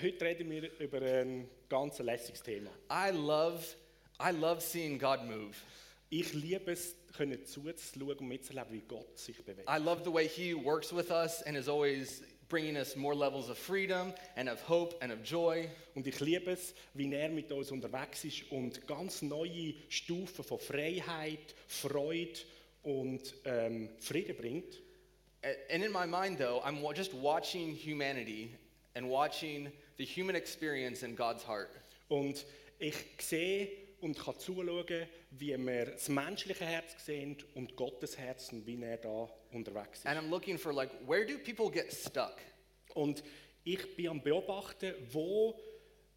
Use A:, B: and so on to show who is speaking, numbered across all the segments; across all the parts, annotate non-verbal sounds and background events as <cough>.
A: Heute reden wir über ein ganz lässiges Thema.
B: I love, I love seeing God move.
A: Ich liebe es, können zuzuschauen und mitzuerleben, wie Gott sich bewegt.
B: I love the way He works with us and is always bringing us more levels of freedom and of hope and of joy.
A: Und ich liebe es, wie er mit uns unterwegs ist und ganz neue Stufen von Freiheit, Freude und ähm, Frieden bringt.
B: A- And in my mind, though, I'm wa- just watching humanity and watching the human experience in God's heart.
A: Und ich sehe und kann zuschauen, wie wir das menschliche Herz sehen und Gottes Herz und wie er da unterwegs ist.
B: And I'm looking for, like, where do people get stuck?
A: Und ich bin am Beobachten, wo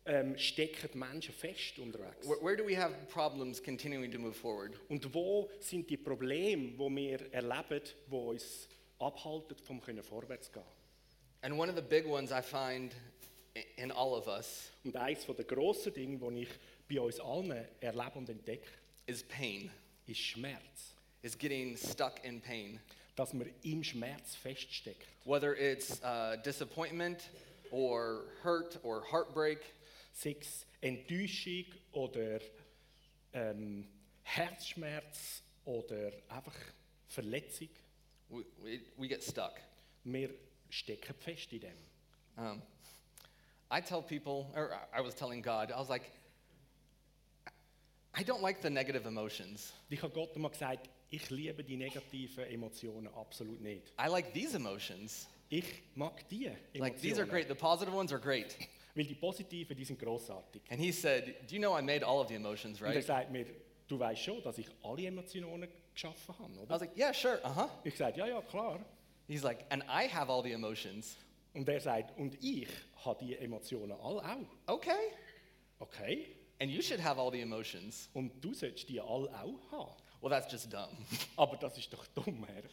A: ähm, stecken die Menschen fest unterwegs.
B: Where, where do we have problems continuing to move forward?
A: Und wo sind die Probleme, die wir erleben, die uns abhalten, vom können vorwärts gehen.
B: And one of the big ones I find i- in all of us
A: Und eines der grossen Dinge, die ich bei uns allen erlebe und entdecke,
B: is pain,
A: ist Schmerz.
B: is getting stuck in pain.
A: Dass man im Schmerz feststeckt.
B: Whether it's uh, disappointment or hurt or heartbreak,
A: Sei es Enttäuschung oder ähm, Herzschmerz oder einfach Verletzung.
B: we, we, we get stuck.
A: Wir stecken fest in dem.
B: Um, I tell people, or I- I was telling God, I was like, I don't like the negative emotions.
A: Ich habe Gott einmal gesagt, ich liebe die negativen Emotionen absolut nicht.
B: I like these emotions.
A: Ich mag die Emotionen,
B: Like, these are great. The positive ones are great.
A: weil die positiven, die sind grossartig.
B: And he said, Do you know I made all of the emotions,
A: Und er
B: right? I
A: sagt mir, du weißt schon, dass ich alle Emotionen geschaffen habe, oder?
B: was like, Yeah, sure. Uh huh.
A: ich sage, ja, ja, klar.
B: He's like, And I have all the emotions.
A: Und er sagt, und ich habe die Emotionen alle auch.
B: Okay.
A: Okay?
B: And you should have all the emotions.
A: Und du solltest die alle auch haben.
B: Well, that's just dumb. <laughs>
A: Aber das ist doch dumm, Herr.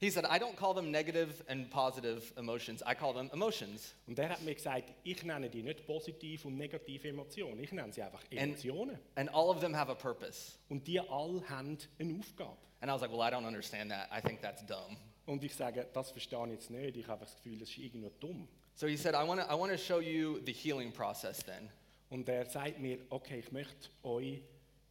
B: He said, I don't call them negative and positive emotions. I call them emotions.
A: Und er hat mir gesagt, ich nenne die nicht positiv und negative Emotionen. Ich nenne sie einfach
B: En-
A: Emotionen.
B: And all of them have a purpose.
A: Und die alle haben eine Aufgabe.
B: And I was like, Well, I don't understand that. I think that's dumb.
A: Und ich sage, das verstehe ich jetzt nicht. Ich habe einfach das Gefühl, das ist irgendwo dumm.
B: So he said, I want to I wanna show you the healing process then.
A: Und er sagt mir, okay, ich möchte euch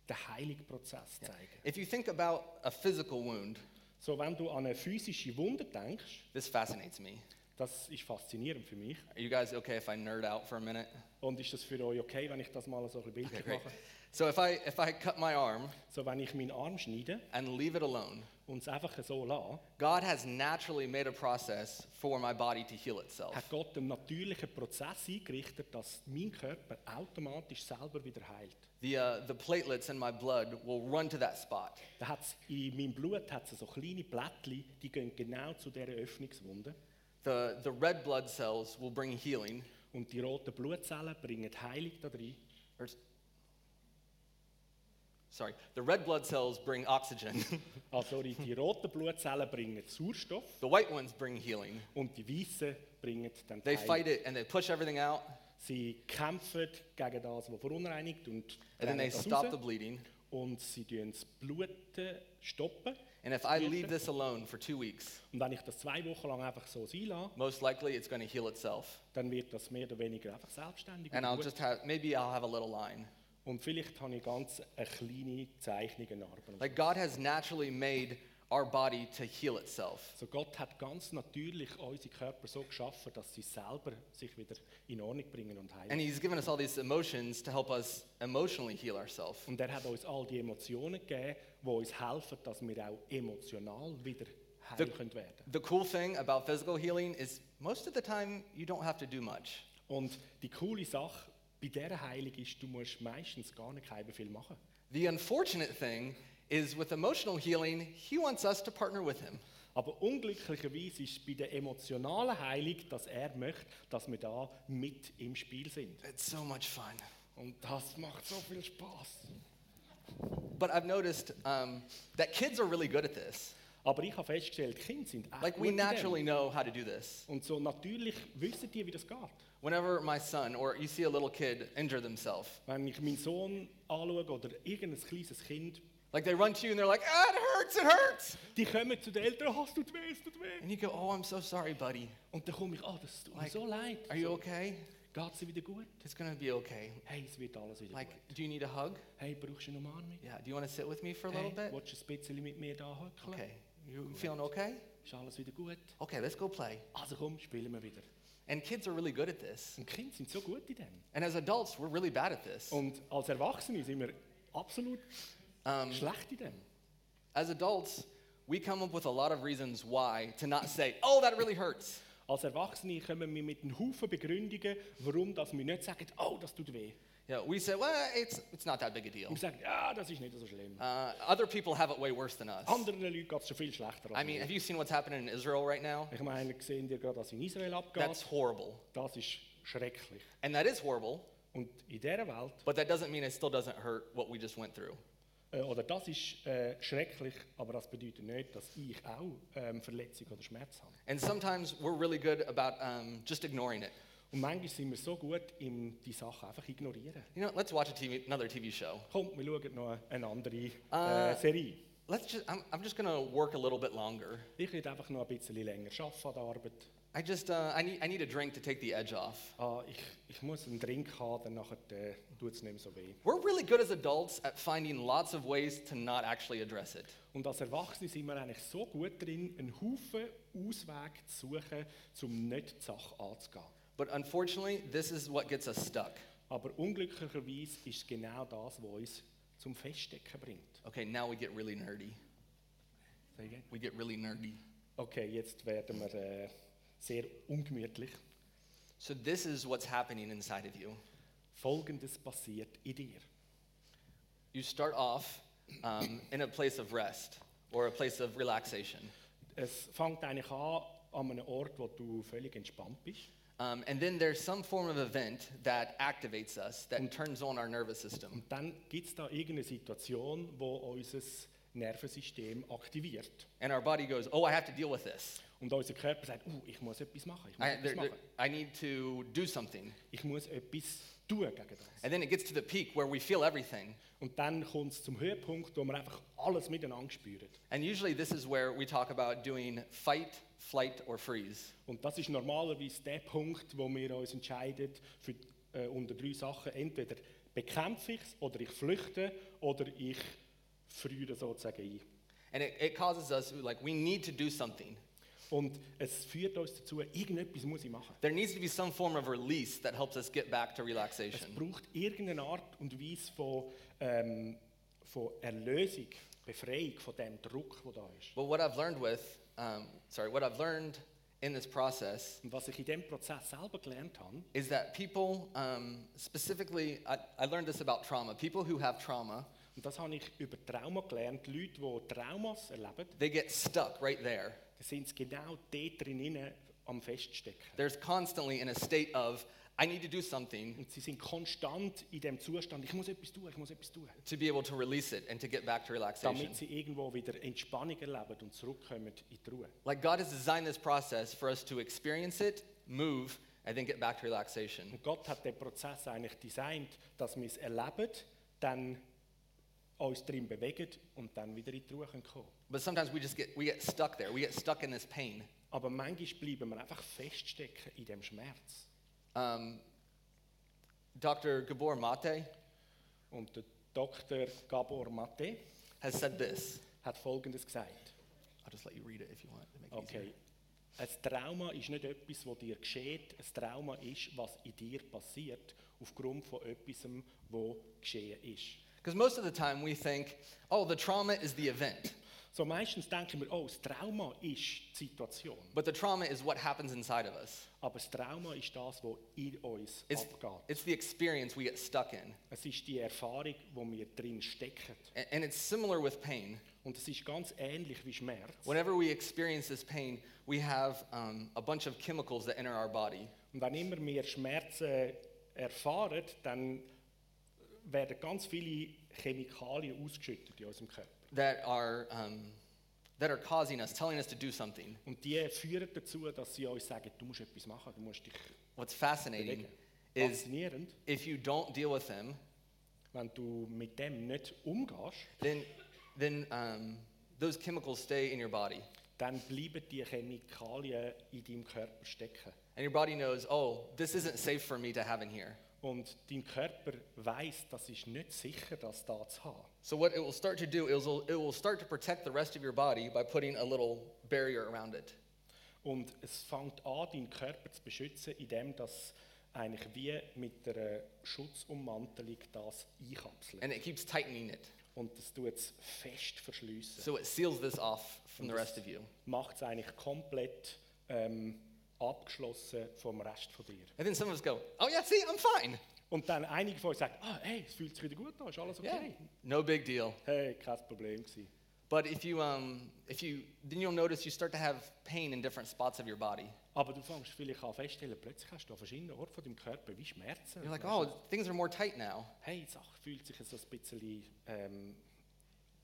A: den Heilungsprozess zeigen.
B: If you think about a physical wound,
A: So, wenn du an eine physische Wunde denkst,
B: this fascinates me.
A: das ist faszinierend für mich.
B: Are you guys okay if I nerd out for a minute?
A: Und ist das für euch okay, wenn ich das mal so ein bisschen bildlich
B: Great.
A: mache?
B: So if I, if I cut my arm
A: So, wenn ich meinen Arm schneide
B: and leave it alone,
A: und es einfach so lasse,
B: God has naturally made a process for my body to heal itself.
A: hat Gott einen natürlichen Prozess eingerichtet, dass mein Körper automatisch selber wieder heilt.
B: The, uh, the platelets in my blood will run to that spot.
A: Da hat's in meinem Blut hat es so kleine Blättchen, die gehen genau zu dieser Öffnungswunde.
B: The, the red blood cells will bring healing.
A: Und die roten Blutzellen bringen die Heilung da rein.
B: Or, s- sorry, the red blood cells bring oxygen. <laughs>
A: Also die die roten Blutzellen bringen Sauerstoff
B: the white ones bring healing.
A: und die weißen bringen dann die
B: They
A: Heilung.
B: fight it and they push everything out
A: Sie kämpfen gegen das, was verunreinigt und
B: and
A: trennen
B: then they
A: das
B: stop
A: raus.
B: the bleeding.
A: und sie tun das Bluten stoppen.
B: And if I leave this alone for two weeks,
A: Und wenn ich das zwei Wochen lang einfach so sein lasse,
B: most likely it's going to heal itself.
A: dann wird das mehr oder weniger einfach selbstständig.
B: And
A: und
B: I'll
A: gut.
B: just have, maybe I'll have a little line.
A: Und vielleicht habe ich ganz eine kleine Zeichnung in Armen.
B: Like God has naturally made our body to heal itself.
A: Also Gott hat ganz natürlich unsere Körper so geschaffen, dass sie selber sich wieder in Ordnung bringen und heilen.
B: And He's given us all these emotions to help us emotionally heal ourselves.
A: Und er hat uns all die Emotionen gegeben, die uns helfen, dass wir auch emotional wieder heil
B: The-
A: können werden.
B: The cool thing about physical healing is most of the time you don't have to do much.
A: Und die coole Sache bei dieser Heilung ist, du musst meistens gar nicht keinen viel machen.
B: The unfortunate thing is with emotional healing, he wants us to partner with him.
A: Aber unglücklicherweise ist bei der emotionalen Heilung, dass er möchte, dass wir da mit im Spiel sind.
B: It's so much fun.
A: Und das macht so viel Spaß.
B: But I've noticed um, that kids are really good at this.
A: Aber ich habe festgestellt, Kinder sind echt
B: Like
A: gut
B: we
A: in dem.
B: naturally know how to do this.
A: Und so natürlich wissen die, wie das geht.
B: Whenever my son or you see a little kid injure themselves,
A: Wenn ich meinen Sohn anschaue oder irgendein kleines Kind,
B: like they run to you and they're like, ah, it hurts, it hurts.
A: die kommen zu den Eltern, oh, es tut weh, es tut weh.
B: And you go, oh, I'm so sorry, buddy.
A: Und dann komme ich, ah, das tut mir
B: Like,
A: so leid.
B: Are you
A: So,
B: okay?
A: Geht es wieder gut?
B: It's going to be okay.
A: Hey, es wird alles wieder
B: Like,
A: gut.
B: do you need a hug?
A: Hey, brauchst du eine Umarmung?
B: Yeah. Do you want to sit with me for a little
A: Hey,
B: bit?
A: willst du ein bisschen mit mir da hockeln?
B: Okay. You feeling okay?
A: Ist alles wieder gut?
B: Okay, let's go play.
A: Also komm, spielen wir wieder.
B: And kids are really good at this.
A: Und Kinder sind so gut in dem.
B: And as adults, we're really bad at this.
A: Und als Erwachsene sind wir absolut
B: Um,
A: schlecht in dem.
B: as adults, we come up with a lot of reasons why to not say, oh, that really hurts.
A: Als Erwachsene kommen wir mit einem Haufen Begründungen, warum dass wir nicht sagen, oh, das tut weh.
B: Yeah, we say, well, it's, it's not that big a
A: Und
B: deal.
A: wir sagen, ja, das ist nicht so schlimm.
B: Uh, other people have it way worse than us.
A: Anderen Leuten geht es schon viel schlechter als
B: I mean,
A: mir.
B: have you seen what's happening in Israel right now?
A: Ich meine, sehen ihr gerade, was in Israel
B: That's
A: abgeht?
B: horrible.
A: Das ist schrecklich.
B: And that is horrible,
A: Und in dieser Welt,
B: but that doesn't mean it still doesn't hurt what we just went through.
A: äh, oder das ist äh, schrecklich, aber das bedeutet nicht, dass ich auch ähm, Verletzung oder Schmerz habe.
B: And sometimes we're really good about um, just ignoring it.
A: Und manchmal sind wir so gut, im die Sachen einfach ignorieren.
B: You know, let's watch a TV, another TV show.
A: Komm, wir schauen noch eine andere
B: Ah.
A: äh, Serie.
B: Let's just, I'm, I'm just gonna work a little bit longer.
A: Ich werde einfach noch ein bisschen länger arbeiten an der Arbeit.
B: I just, uh, I, need, I need a drink to take the edge off.
A: Ah, ich, ich muss einen Drink haben, dann nachher, äh, tut es nicht mehr so weh.
B: We're really good as adults at finding lots of ways to not actually address it.
A: Und als Erwachsene sind wir eigentlich so gut drin, einen Haufen Auswege zu suchen, um nicht die Sache anzugehen.
B: But unfortunately, this is what gets us stuck.
A: Aber unglücklicherweise ist es genau das, was uns zum Feststecken bringt.
B: Okay, now we get really nerdy.
A: Say again.
B: We get really nerdy.
A: Okay, jetzt werden wir äh, sehr ungemütlich.
B: So, this is what's happening inside of you.
A: Folgendes passiert in dir.
B: You start off um, in a place of rest or a place of relaxation.
A: Es fängt eigentlich an an einem Ort, wo du völlig entspannt bist.
B: Um, and then there's some form of event that activates us, that turns on our nervous system.
A: Und dann gibt es da irgendeine Situation, wo unser Nervensystem aktiviert.
B: And our body goes, Oh, I have to deal with this.
A: Und unser Körper sagt, uh, ich muss etwas machen, ich muss,
B: I,
A: etwas,
B: there- there-
A: machen.
B: I need to do something.
A: Ich muss etwas tun gegen das.
B: And then it gets to the peak where we feel everything.
A: Und dann kommt es zum Höhepunkt, wo wir einfach alles miteinander spüren.
B: And usually, this is where we talk about doing fight, flight, or freeze.
A: Und das ist normalerweise der Punkt, wo wir uns entscheiden für, äh, unter drei Sachen. Entweder bekämpfe ich es, oder ich flüchte, oder ich friere sozusagen ein.
B: And it, it causes us, like, we need to do something.
A: Und es führt uns dazu, irgendetwas muss ich machen.
B: There needs to be some form of release that helps us get back to relaxation.
A: Es braucht irgendeine Art und Weise von, ähm, von Erlösung, Befreiung von dem Druck, der da ist.
B: But what I've learned with, um, sorry, what I've learned in this process
A: Und was ich in diesem Prozess selber gelernt habe,
B: is that people, um, specifically, I, I learned this about trauma. People who have trauma,
A: und das habe ich über Trauma gelernt, Leute, die Traumas erleben,
B: they get stuck right there.
A: da sind sie genau dort drinnen am Feststecken.
B: They're constantly in a state of, I need to do something
A: Und sie sind konstant in dem Zustand, ich muss etwas tun, ich muss etwas tun.
B: to be able to release it and to get back to relaxation.
A: Damit sie irgendwo wieder Entspannung erleben und zurückkommen in die Ruhe.
B: Like God has designed this process for us to experience it, move, and then get back to relaxation.
A: Und Gott hat den Prozess eigentlich designt, dass wir es erleben, dann uns drin bewegen und dann wieder in die Ruhe kommen können.
B: But sometimes we just get we get stuck there. We get stuck in this pain.
A: Aber manchmal bleiben wir einfach feststecken in dem Schmerz.
B: Um, Dr. Gabor Mate
A: Und der Dr. Gabor Mate
B: has said this.
A: hat Folgendes gesagt.
B: I'll just let you read it if you want. To make it easier.
A: Okay. Ein Trauma ist nicht etwas, was dir geschieht. Ein Trauma ist, was in dir passiert, aufgrund von etwas, was geschehen ist.
B: Because most of the time we think, oh, the trauma is the event,
A: So meistens denken wir, oh, das Trauma ist die Situation.
B: but the trauma is what happens inside of us.
A: Aber das Trauma ist das, was in uns
B: It's,
A: abgeht.
B: it's the experience we get stuck in.
A: Es ist die Erfahrung, wo wir drin stecken.
B: A- And it's similar with pain.
A: Und es ist ganz ähnlich wie Schmerz.
B: Whenever we experience this pain, we have um, a bunch of chemicals that enter our body.
A: Und wenn immer wir Schmerzen erfahren, dann werden ganz viele Chemikalien ausgeschüttet in unserem Körper.
B: that are um, that are causing us, telling us to do something.
A: Und die führen dazu, dass sie uns sagen, du musst etwas machen, du musst dich
B: What's fascinating
A: bewegen.
B: is
A: Faszinierend,
B: if you don't deal with them,
A: wenn du mit dem nicht umgehst,
B: then then um, those chemicals stay in your body.
A: dann bleiben die Chemikalien in deinem Körper stecken.
B: And your body knows, oh, this isn't safe for me to have in here.
A: Und dein Körper weiß, das ist nicht sicher, das da zu haben.
B: So what it will start to do is it'll- it will start to protect the rest of your body by putting a little barrier around it.
A: Und es fängt an, deinen Körper zu beschützen, indem das eigentlich wie mit einer Schutzummantelung das einkapselt.
B: And it keeps tightening it.
A: Und das tut es fest verschliessen.
B: So it seals this off from the rest of you.
A: Macht es eigentlich komplett ähm, abgeschlossen vom Rest von dir.
B: And then some of us go, oh, yeah, see, I'm fine.
A: Und dann einige von euch sagen, ah, hey, es fühlt sich wieder gut an, ist alles
B: Yeah,
A: okay?
B: no big deal.
A: Hey, kein Problem gewesen.
B: But if you, um, if you, then you'll notice you start to have pain in different spots of your body.
A: Aber du fängst vielleicht an feststellen, plötzlich hast du an verschiedenen Orten von deinem Körper wie Schmerzen.
B: You're like,
A: Und dann
B: oh, things are more tight now.
A: hey, die Sache fühlt sich so ein bisschen ähm,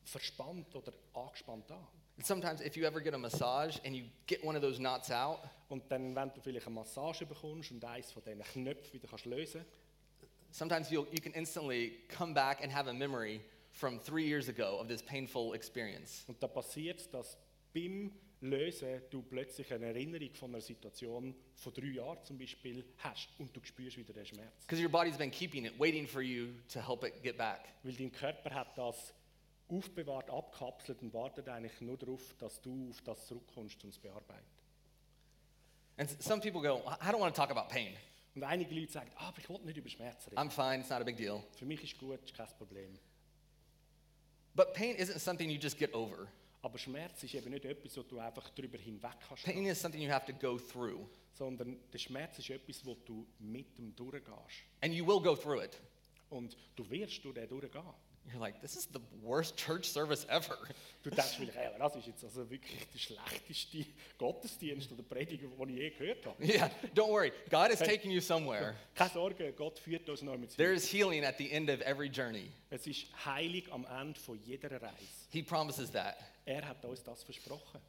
A: verspannt oder angespannt an.
B: And sometimes if you ever get a massage and you get one of those knots out,
A: Und dann, wenn du vielleicht eine Massage bekommst und eins von diesen Knöpfen wieder kannst lösen
B: sometimes you'll, you can instantly come back and have a memory from three years ago of this painful experience.
A: und dann passiert es, dass beim Lösen du plötzlich eine Erinnerung von einer Situation von drei Jahren zum Beispiel hast und du spürst wieder den Schmerz.
B: Because your body's been keeping it, waiting for you to help it get back.
A: Weil dein Körper hat das aufbewahrt, abkapselt und wartet eigentlich nur darauf, dass du auf das zurückkommst, um es zu bearbeiten.
B: And s- some people go, "I- I don't want to talk about pain.
A: Und einige Leute sagen, ah, aber ich will nicht über Schmerz reden.
B: I'm fine, it's not a big deal.
A: Für mich ist gut, ist kein Problem.
B: But pain isn't something you just get over.
A: Aber Schmerz ist eben nicht etwas, wo du einfach darüber hinweg kannst,
B: Pain is something you have to go through.
A: sondern der Schmerz ist etwas, wo du mit dem durchgehst.
B: And you will go through it.
A: Und du wirst durch den durchgehen.
B: You're like, this is the worst church service ever. <laughs>
A: Du denkst vielleicht, hey, aber das ist jetzt also wirklich der schlechteste Gottesdienst oder Prediger, den ich je gehört habe.
B: yeah, don't worry. God is taking you somewhere.
A: Keine Sorge, Gott führt uns noch mit
B: There is healing at the end of every journey.
A: Es ist heilig am Ende von jeder Reise.
B: He promises that.
A: Er hat uns das versprochen.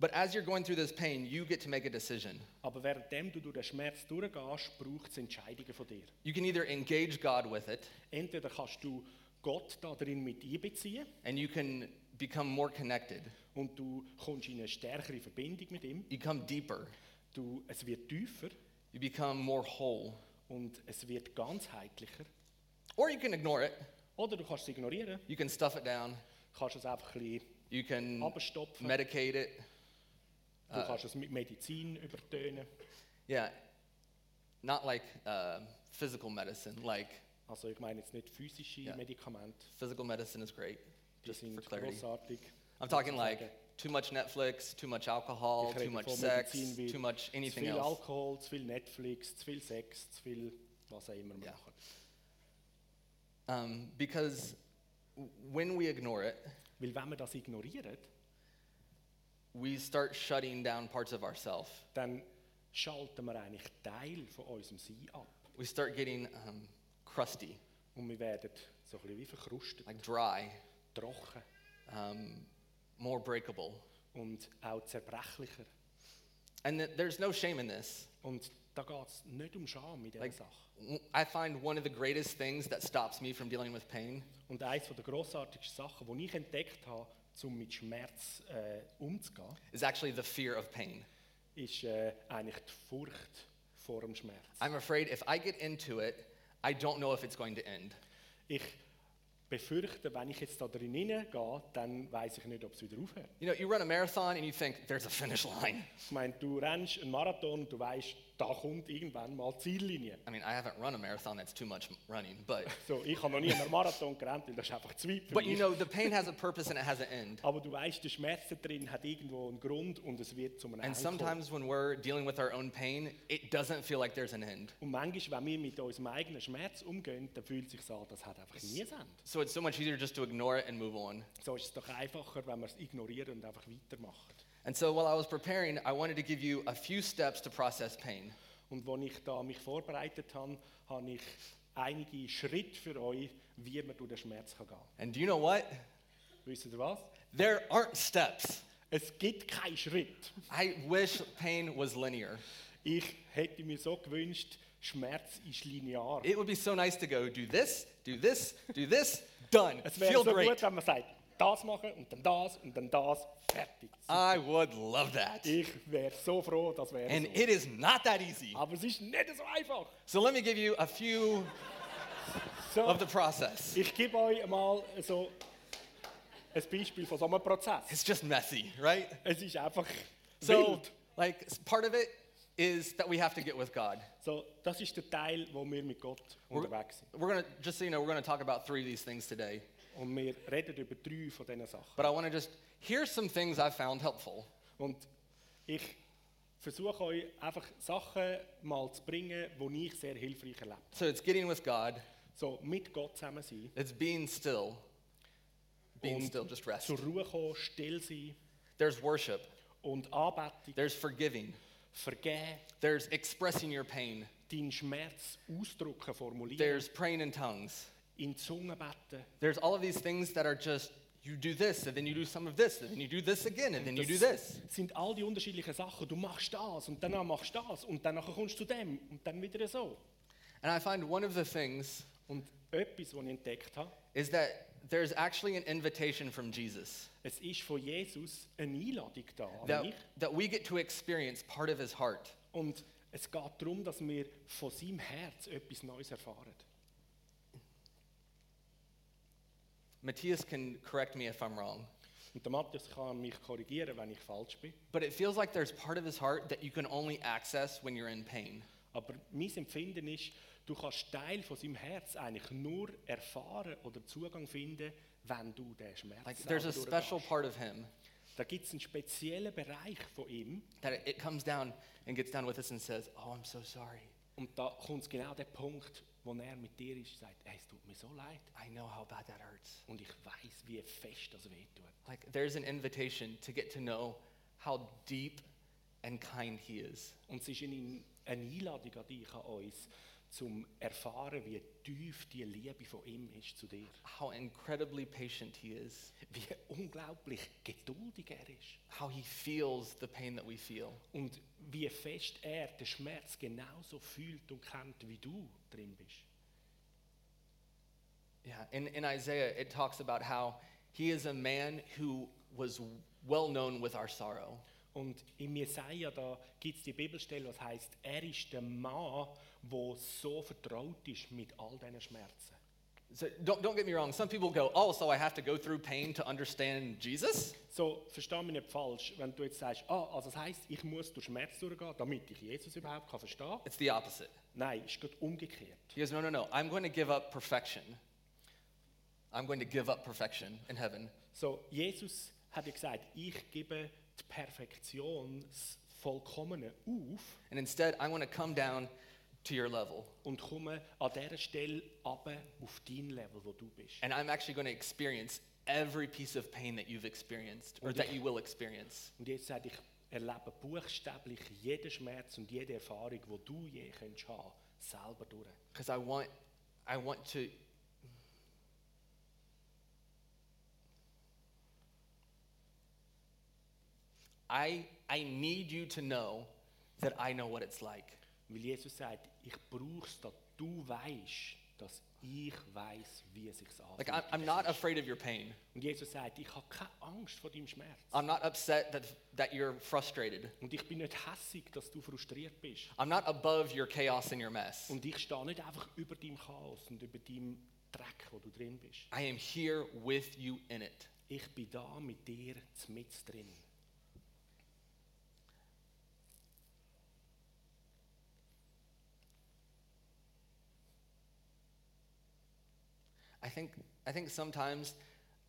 B: But as you're going through this pain, you get to make a decision.
A: Aber währenddem du durch den Schmerz durchgehst, braucht es Entscheidungen von dir.
B: You can either engage God with it
A: Entweder kannst du Gott darin mit einbeziehen
B: and you can become more connected,
A: und du kommst in eine stärkere Verbindung mit ihm.
B: you come deeper,
A: Du, es wird tiefer
B: you become more whole.
A: und es wird ganzheitlicher.
B: Or you can ignore it,
A: Oder du kannst es ignorieren,
B: you can stuff it down,
A: kannst es einfach ein bisschen,
B: you can
A: Abstopfen.
B: medicate it.
A: du
B: Äh.
A: kannst es mit Medizin übertönen.
B: Yeah. Not like uh, physical medicine. Like,
A: Also ich meine jetzt nicht physische
B: Ja.
A: Medikamente,
B: physical medicine is great,
A: die
B: just
A: sind
B: for clarity.
A: großartig.
B: I'm talking
A: Ich
B: like
A: sage,
B: too much Netflix, too much alcohol,
A: ich
B: too
A: rede
B: much
A: von
B: sex,
A: Medizin wie
B: too much
A: zu
B: anything
A: viel
B: else.
A: Alkohol, zu viel Netflix, zu viel Sex, zu viel was auch immer wir
B: Ja.
A: machen.
B: Um, because w- when we ignore it,
A: Weil wenn wir das ignorieren,
B: we start shutting down parts of ourselves.
A: dann schalten wir eigentlich Teil von unserem Sein ab.
B: We start getting um, crusty,
A: Und wir werden so ein bisschen wie verkrustet,
B: like dry,
A: trocken
B: um, more breakable.
A: und auch zerbrechlicher.
B: And th- there's no shame in this.
A: Und da geht es nicht um Scham in dieser
B: Like,
A: Sache.
B: w- I find one of the greatest things that stops me from dealing with pain
A: Und eines der grossartigsten Sachen, die ich entdeckt habe, um mit Schmerz äh, umzugehen,
B: is actually the fear of pain.
A: ist äh, eigentlich die Furcht vor dem Schmerz.
B: I'm afraid if I get into it, I don't know if it's going to end.
A: Ich befürchte, wenn ich jetzt da drin hineingehe, dann weiß ich nicht, ob es wieder aufhört.
B: You know, you run a marathon and you think there's a finish line. <laughs>
A: Ich meine, du rennst einen Marathon und du weißt, da kommt irgendwann mal die Ziellinie.
B: I mean, I haven't run a marathon, that's too much running, but
A: So, ich habe noch nie einen Marathon gerannt, weil das ist einfach zu weit für
B: but you
A: mich.
B: know the pain has a purpose and it has an
A: <laughs>
B: end.
A: Aber du weißt, der Schmerz da drin hat irgendwo einen Grund und es wird zu einem
B: And
A: Ende kommen.
B: sometimes when we're dealing with our own pain, it doesn't feel like there's an end.
A: Und manchmal, wenn wir mit unserem eigenen Schmerz umgehen, dann fühlt es sich an, das hat einfach nie ein Ende.
B: So it's so much easier just to ignore it and move on.
A: So ist es doch einfacher, wenn wir es ignorieren und einfach weitermachen.
B: And so while I was preparing, I wanted to give you a few steps to process pain.
A: Und als ich da mich vorbereitet habe, habe ich einige Schritte für euch, wie man durch den Schmerz kann gehen kann.
B: And do you know what?
A: Wisst ihr was?
B: There aren't steps.
A: Es gibt keinen Schritt.
B: I wish pain was linear.
A: Ich hätte mir so gewünscht, Schmerz ist linear.
B: It would be so nice to go do this, do this, do this, done.
A: Es wäre
B: Feel
A: so
B: great.
A: gut, wenn man sagt, das machen und dann das und dann das. Fertig.
B: I would love that.
A: Ich wäre so froh, das wäre
B: And
A: so.
B: it is not that easy.
A: Aber es ist nicht so einfach.
B: So let me give you a few
A: So,
B: of the process.
A: ich gebe euch mal so ein Beispiel von so einem Prozess.
B: It's just messy, right?
A: Es ist einfach
B: So,
A: wild.
B: like, s- part of it is that we have to get with God.
A: So, das ist der Teil, wo wir mit Gott unterwegs sind.
B: We're gonna, just so you know, we're gonna talk about three of these things today.
A: Und wir reden über drei von diesen Sachen.
B: But I wanna just, here's some things I found helpful.
A: Und ich versuche euch einfach Sachen mal zu bringen, die ich sehr hilfreich erlebe.
B: So it's getting with God,
A: So, mit Gott zusammen sein,
B: it's being still, being
A: Und
B: still, just rest.
A: zur Ruhe kommen, still sein
B: There's worship,
A: und Anbetung,
B: there's forgiving,
A: vergeben,
B: there's expressing your pain,
A: deinen Schmerz ausdrücken, formulieren,
B: there's praying in tongues,
A: in die Zunge beten.
B: there's all of these things that are just, you do this, and then you do some of this, and then you do this again, and then you do this.
A: sind all die unterschiedlichen Sachen. Du machst das und danach machst du das und dann kommst du zu dem und dann wieder so.
B: And I find one of the things
A: Und etwas, was ich entdeckt habe,
B: is that there's actually an invitation from Jesus
A: es ist von Jesus eine Einladung da an
B: that,
A: mich.
B: that we get to experience part of his heart.
A: Und es geht darum, dass wir von seinem Herz etwas Neues erfahren.
B: Matthias can correct me if I'm wrong,
A: Und der Matthias kann mich korrigieren, wenn ich falsch bin.
B: but it feels like there's part of his heart that you can only access when you're in pain.
A: Aber mein Empfinden ist, du kannst Teil von seinem Herz eigentlich nur erfahren oder Zugang finden, wenn du den Schmerz
B: Like
A: selber
B: there's a
A: durchgehst.
B: special part of him
A: Da gibt es einen speziellen Bereich von ihm,
B: that it, it comes down and gets down with us and says, Oh, I'm so sorry.
A: Und da kommt genau der Punkt, wo er mit dir ist und sagt, hey, es tut mir so leid.
B: I know how bad that hurts.
A: Und ich weiß, wie fest das wehtut.
B: Like there's an invitation to get to know how deep and kind he is.
A: Und es ist eine eine Einladung an dich, an uns, zum erfahren, wie tief die Liebe von ihm ist zu dir.
B: How incredibly patient he is.
A: Wie unglaublich geduldig er ist.
B: how he feels the pain that we feel.
A: Und wie fest er den Schmerz genauso fühlt und kennt, wie du drin bist.
B: Yeah, in, in Isaiah, it talks about how he is a man who was well known with our sorrow.
A: Und in Jesaja da gibt es die Bibelstelle, was heißt, er ist der Mann, der so vertraut ist mit all diesen Schmerzen.
B: So don't, don't get me wrong, some people go, oh, so I have to go through pain to understand Jesus?
A: So, versteh mich nicht falsch, wenn du jetzt sagst, ah, also das heisst, ich muss durch Schmerz durchgehen, damit ich Jesus überhaupt kann verstehen kann.
B: It's the opposite.
A: Nein, es ist gerade umgekehrt.
B: He goes, no, no, no, I'm going to give up perfection. I'm going to give up perfection in heaven.
A: So, Jesus hat ja gesagt, ich gebe die Perfektion, das Vollkommene auf
B: And instead, I want to come down to your level.
A: und komme an dieser Stelle runter auf dein Level, wo du bist.
B: And I'm actually going to experience every piece of pain that you've experienced or that you will experience.
A: Und Jesus sagt, ich erlebe buchstäblich jeden Schmerz und jede Erfahrung, die du je könntest haben, selber durch.
B: because I want, I want to. I I need you to know that I know what it's like.
A: Weil Jesus sagt, ich brauche es, dass du weißt, dass ich weiß, wie es sich anfühlt.
B: Like I'm, I'm not afraid of your pain.
A: Und Jesus sagt, ich habe keine Angst vor deinem Schmerz.
B: I'm not upset that that you're frustrated.
A: Und ich bin nicht hässig, dass du frustriert bist.
B: I'm not above your chaos and your mess.
A: Und ich stehe nicht einfach über deinem Chaos und über deinem Dreck, wo du drin bist.
B: I am here with you in it.
A: Ich bin da mit dir mit drin.
B: I think I think sometimes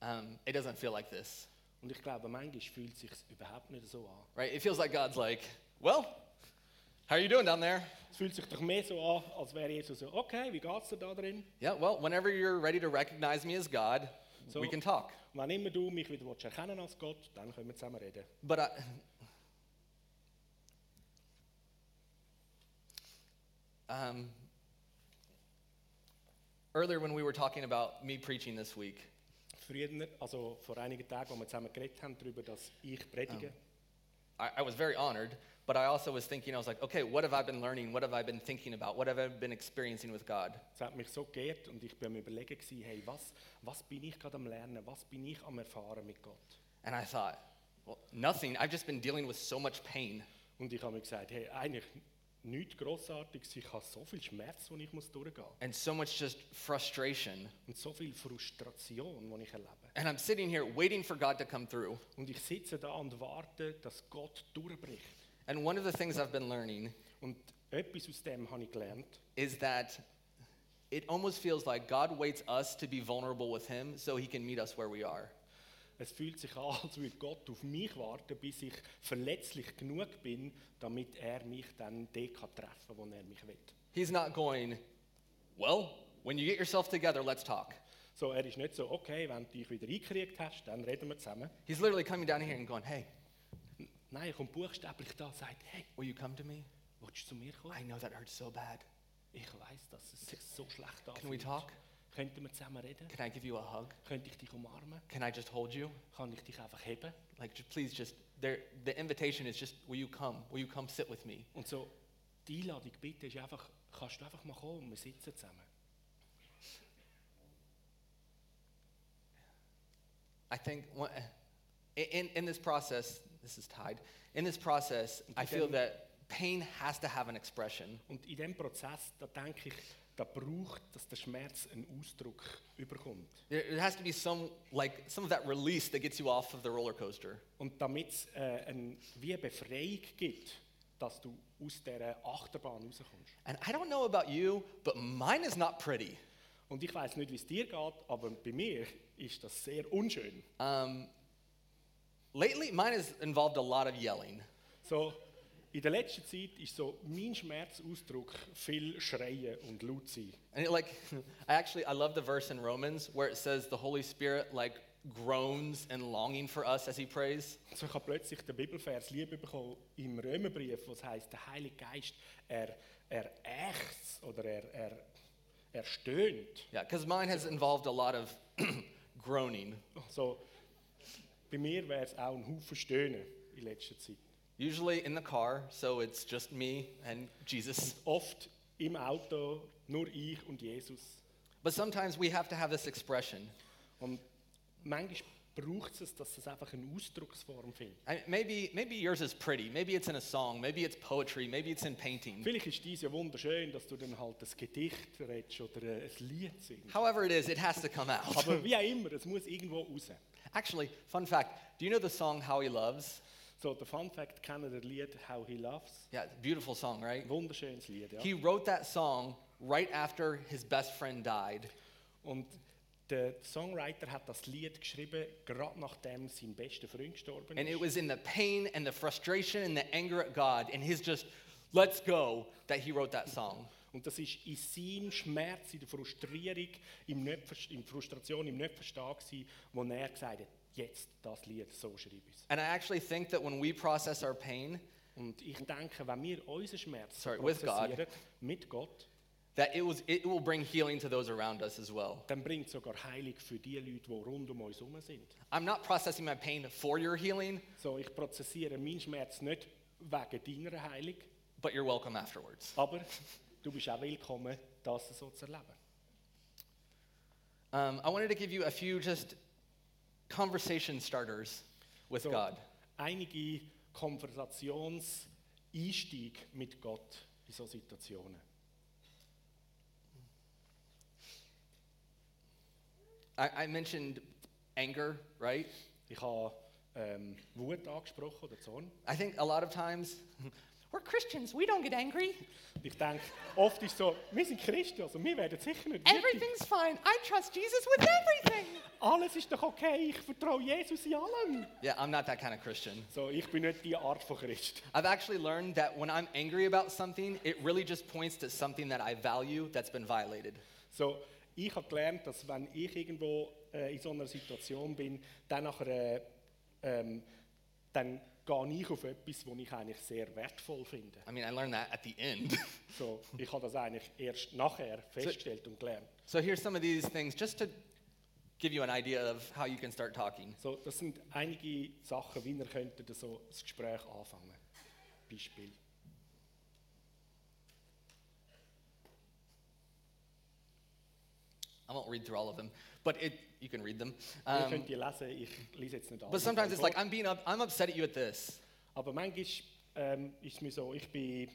B: um, it doesn't feel like this,
A: Und ich glaube, manchmal fühlt es sich überhaupt nicht so an.
B: right? It feels like God's like, well, how are you doing down there?
A: Es fühlt sich doch mehr so an, als wäre Jesus so, okay, wie geht's dir da drin?
B: Yeah, well, whenever you're ready to recognize me as God,
A: So-
B: we can talk.
A: Und wenn immer du mich wieder willst erkennen als Gott, dann können wir zusammen reden.
B: But I, um, earlier when we were talking about me preaching this week,
A: Früher, also vor einigen Tagen, als wir zusammen geredet haben darüber, dass ich predige,
B: I, I was very honored But I also was thinking, I was like, okay, what have I been learning? What have I been thinking about? What have I been experiencing with God?
A: Es hat mich so geehrt und ich bin am überlegen, gewesen, hey, was, was bin ich gerade am Lernen, was bin ich am Erfahren mit Gott?
B: And I thought, well, nothing. I've just been dealing with so much pain.
A: Und ich habe mir gesagt, hey, eigentlich nichts Grossartiges, ich habe so viel Schmerz, den ich muss durchgehen muss.
B: and so much just frustration.
A: Und so viel Frustration, die ich erlebe.
B: And I'm sitting here waiting for God to come through.
A: Und ich sitze da und warte, dass Gott durchbricht.
B: And one of the things I've been learning
A: Und etwas aus dem habe ich gelernt.
B: is that it almost feels like God waits us to be vulnerable with Him so He can meet us where we are.
A: Es fühlt sich an, <laughs> als würde Gott auf mich warten, bis ich verletzlich genug bin, damit er mich dann dort kann treffen kann, wo er mich will.
B: He's not going, Well, when you get yourself together, let's talk.
A: So, er ist nicht so, okay, wenn du dich wieder eingekriegt hast, dann reden wir zusammen.
B: He's literally coming down here and going, Hey,
A: Nein, er kommt buchstäblich da und sagt, hey,
B: will you come to me?
A: willst du zu mir kommen?
B: I know that hurts so bad.
A: Ich weiß, dass es sich so schlecht
B: Can we
A: anfühlt.
B: talk?
A: Könnten wir zusammen reden?
B: Can I give you a hug?
A: Könnte ich dich umarmen?
B: Can I just hold you?
A: Kann ich dich einfach heben?
B: Like, j- please just, there, the invitation is just, Will you come? Will you come sit with me?
A: Und so, die Einladung bitte ist einfach, kannst du einfach mal kommen und wir sitzen zusammen.
B: I think one- in, in this process, this is tied, in this process, I feel that pain has to have an expression.
A: Und in diesem Prozess, da denke ich, da braucht, dass der Schmerz einen Ausdruck überkommt.
B: There, there has to be some, like, some of that release that gets you off of the roller coaster.
A: Und damit es äh, ein, wie eine Befreiung gibt, dass du aus dieser Achterbahn rauskommst.
B: And I don't know about you, but mine is not pretty.
A: Und ich weiß nicht, wie es dir geht, aber bei mir ist das sehr unschön.
B: Um, lately, mine has involved a lot of yelling.
A: So, in der letzten Zeit ist so mein Schmerzausdruck viel Schreien und laut sein.
B: And it, like, <laughs> I actually, I love the verse in Romans where it says the Holy Spirit, like, groans and longing for us as he prays.
A: So ich habe plötzlich den Bibelvers Liebe bekommen im Römerbrief, was heißt der Heilige Geist, er, er ächzt oder er, er, er stöhnt.
B: Yeah, because mine has involved a lot of <clears throat> groaning.
A: So, bei mir wäre es auch ein Haufen Stöhnen in letzter Zeit.
B: Usually in the car, so it's just me and Jesus.
A: Oft im Auto nur ich und Jesus.
B: But sometimes we have to have this expression.
A: Und manchmal braucht es, dass es einfach eine Ausdrucksform findet.
B: I, maybe, maybe yours is pretty. Maybe it's in a song. Maybe it's poetry. Maybe it's in painting.
A: Vielleicht ist dies ja wunderschön, dass du dann halt ein Gedicht redest oder äh, ein Lied singst.
B: <laughs> However it is, it has to come out. <laughs>
A: Aber wie auch immer, es muss irgendwo raus.
B: Actually, fun fact do you know the song How He Loves?
A: So, der Fun Fact, kennen das Lied «How He Loves».
B: Yeah, beautiful song, right?
A: Ein wunderschönes Lied, ja.
B: He wrote that song right after his best friend died.
A: Und der Songwriter hat das Lied geschrieben, gerade nachdem sein bester Freund gestorben
B: And it
A: ist.
B: was in the pain and the frustration and the anger at God and his just, let's go, that he wrote that song.
A: Und das ist in seinem Schmerz, in der Frustrierung, im nicht in Frustration, im Nichtverstehen, gewesen, wo er gesagt hat, jetzt das Lied, so schreibe ich es.
B: And I actually think that when we process our pain,
A: Und ich denke, wenn wir unseren Schmerz
B: Sorry, with God.
A: prozessieren, mit Gott,
B: that it, was, it will bring healing to those around us as well.
A: dann bringt sogar Heilung für die Leute, die rund um uns herum sind.
B: I'm not processing my pain for your healing,
A: So, ich prozessiere meinen Schmerz nicht wegen deiner Heilung,
B: but you're welcome afterwards.
A: aber du bist auch willkommen, das so zu erleben.
B: Um, I wanted to give you a few just conversation starters with
A: So,
B: God.
A: einige Konversationseinstieg mit Gott in so Situationen.
B: I, I mentioned anger, right?
A: Ich habe ähm, Wut angesprochen oder Zorn.
B: I think a lot of times we're Christians, we don't get angry.
A: Ich denke, oft ist so, wir sind Christen, also wir werden sicher nicht wütend.
B: Everything's fine. I trust Jesus with everything.
A: Alles ist doch okay, ich vertraue Jesus in allem.
B: Yeah, I'm not that kind of Christian.
A: So, ich bin nicht die Art von Christ.
B: I've actually learned that when I'm angry about something, it really just points to something that I value that's been violated.
A: So, ich habe gelernt, dass wenn ich irgendwo äh, in so einer Situation bin, dann, nachher, äh, ähm, dann gehe ich auf etwas, was ich eigentlich sehr wertvoll finde.
B: I mean, I learned that at the end. <laughs>
A: So, ich habe das eigentlich erst nachher festgestellt und gelernt.
B: so here's some of these things just to give you an idea of how you can start talking.
A: So, das sind einige Sachen, wie ihr könntet so das Gespräch anfangen Beispiel.
B: I won't read through all of them, but it, you can read them.
A: Ihr
B: Um,
A: könnt die lesen, ich lese jetzt nicht alle.
B: but sometimes it's like, I'm, being up, I'm upset at you at this.
A: Aber manchmal ähm, ist es mir so, ich bin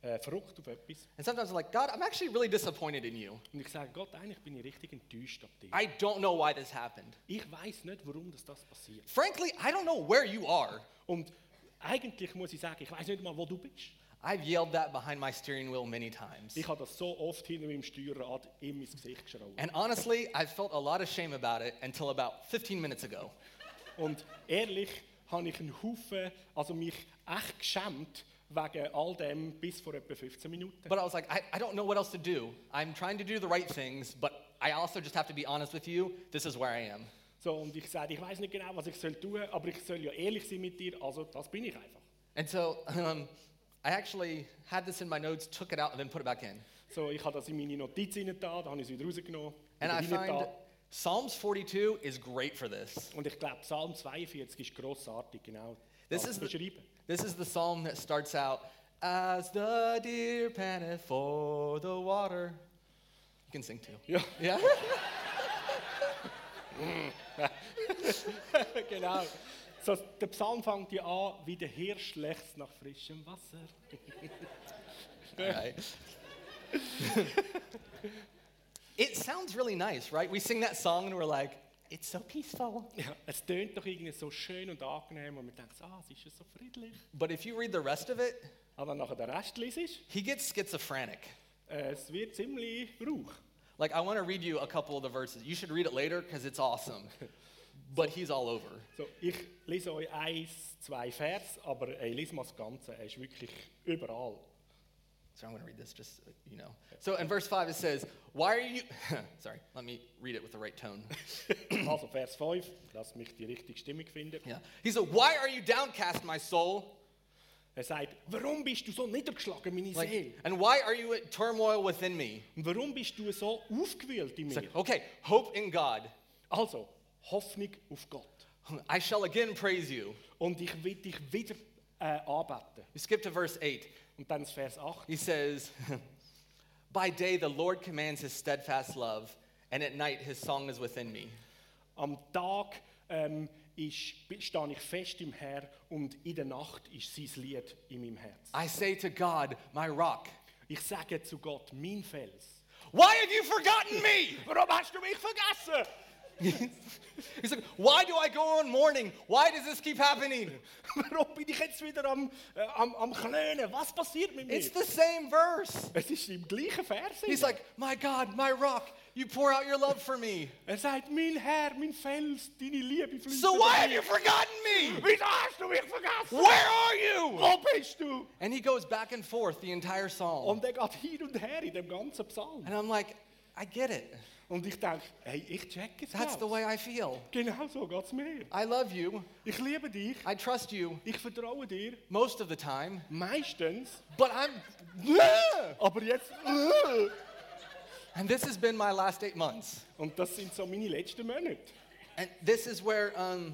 A: äh, verrückt auf etwas.
B: And sometimes I'm like, God, I'm actually really disappointed in you.
A: Und ich sage, Gott, eigentlich bin ich richtig enttäuscht ab dir.
B: I don't know why this happened.
A: Ich weiß nicht, warum das, das passiert.
B: Frankly, I don't know where you are.
A: Und eigentlich muss ich sagen, ich weiß nicht mal, wo du bist.
B: I've yelled that behind my steering wheel many times.
A: Ich habe das so oft hinter meinem Steuerrad in mein Gesicht geschraubt.
B: And honestly, I felt a lot of shame about it until about 15 minutes ago.
A: Und ehrlich habe ich einen Haufen, also mich echt geschämt wegen all dem bis vor etwa 15 Minuten.
B: But I was like, I, I don't know what else to do. I'm trying to do the right things, but I also just have to be honest with you. This is where I am.
A: So, und ich sagte, ich weiß nicht genau, was ich soll tun, aber ich soll ja ehrlich sein mit dir, also das bin ich einfach.
B: And so um, I actually had this in my notes, took it out, and then put it back in.
A: So, ich habe das in meine Notizen hinein, da habe ich es wieder rausgenommen.
B: And
A: wieder
B: I
A: reingetan.
B: find Psalms 42 is great for this.
A: und ich glaube, Psalm 42 ist grossartig, genau.
B: This
A: das
B: is
A: zu
B: the-
A: beschreiben.
B: This is the psalm that starts out, as the deer panteth for the water. You can sing too.
A: Ja,
B: Yeah?
A: <laughs> genau. So, der Psalm fängt ja an, wie der Hirsch lechzt nach frischem Wasser.
B: All right. <laughs> it sounds really nice, right? We sing that song and we're like, it's so peaceful.
A: Ja, es tönt doch irgendwie so schön und angenehm und man denkt, ah, es ist ja so friedlich.
B: But if you read the rest of it,
A: Aber wenn du nachher den Rest liest,
B: he gets schizophrenic.
A: äh, es wird ziemlich rauch.
B: Like, I want to read you a couple of the verses. You should read it later because it's awesome. But he's all over.
A: So, ich lese euch eins, zwei Vers, aber ey, lese mal das Ganze, er ist wirklich überall.
B: So I'm going to read this just, so you know. So in verse 5, it says, Why are you. <laughs> Sorry, let me read it with the right tone. <coughs>
A: also Vers 5, lass mich die richtige Stimmung finden.
B: Yeah. He said, Why are you downcast, my soul?
A: Er sagt, warum bist du so niedergeschlagen, meine Seele?
B: Like, and why are you at turmoil within me?
A: Und warum bist du so aufgewühlt in
B: It's
A: mir?
B: like, okay, hope in God. <laughs>
A: Also, Hoffnung auf Gott.
B: I shall again praise you.
A: Und ich will dich wieder äh, anbeten.
B: You skip to verse 8.
A: Und dann das Vers 8.
B: He says, <laughs> By day the Lord commands his steadfast love, and at night his song is within me.
A: Am Tag ähm, ist, bin- stehe ich fest im Herr und in der Nacht ist sein Lied in meinem Herz.
B: I say to God, my rock,
A: Ich sage zu Gott, mein Fels.
B: Why have you forgotten me? <laughs>
A: Warum hast du mich vergessen? <laughs>
B: He's like, Why do I go on mourning? Why does this keep happening?
A: Warum bin ich jetzt wieder am, äh, am, am Klönen? Was passiert mit mir?
B: It's the same verse.
A: es ist im gleichen Vers.
B: He's like, My God, my rock, you pour out your love for me.
A: er sagt, mein Herr, mein Fels, deine Liebe fließt.
B: So
A: über
B: why have
A: mich.
B: you forgotten me?
A: Wieso hast du mich vergessen?
B: Where are you?
A: Wo bist du?
B: And he goes back and forth the entire psalm.
A: Und er geht hin und her in dem ganzen Psalm.
B: And I'm like, I get it.
A: Und ich denke, hey, ich check es
B: That's
A: jetzt.
B: the way I feel.
A: Genau so geht es mir.
B: I love you.
A: Ich liebe dich.
B: I trust you
A: Ich vertraue dir
B: most of the time,
A: meistens,
B: but I'm.
A: aber jetzt. äh.
B: <laughs> And this has been my last eight months.
A: Und das sind so meine letzten Monate.
B: And this is where, um,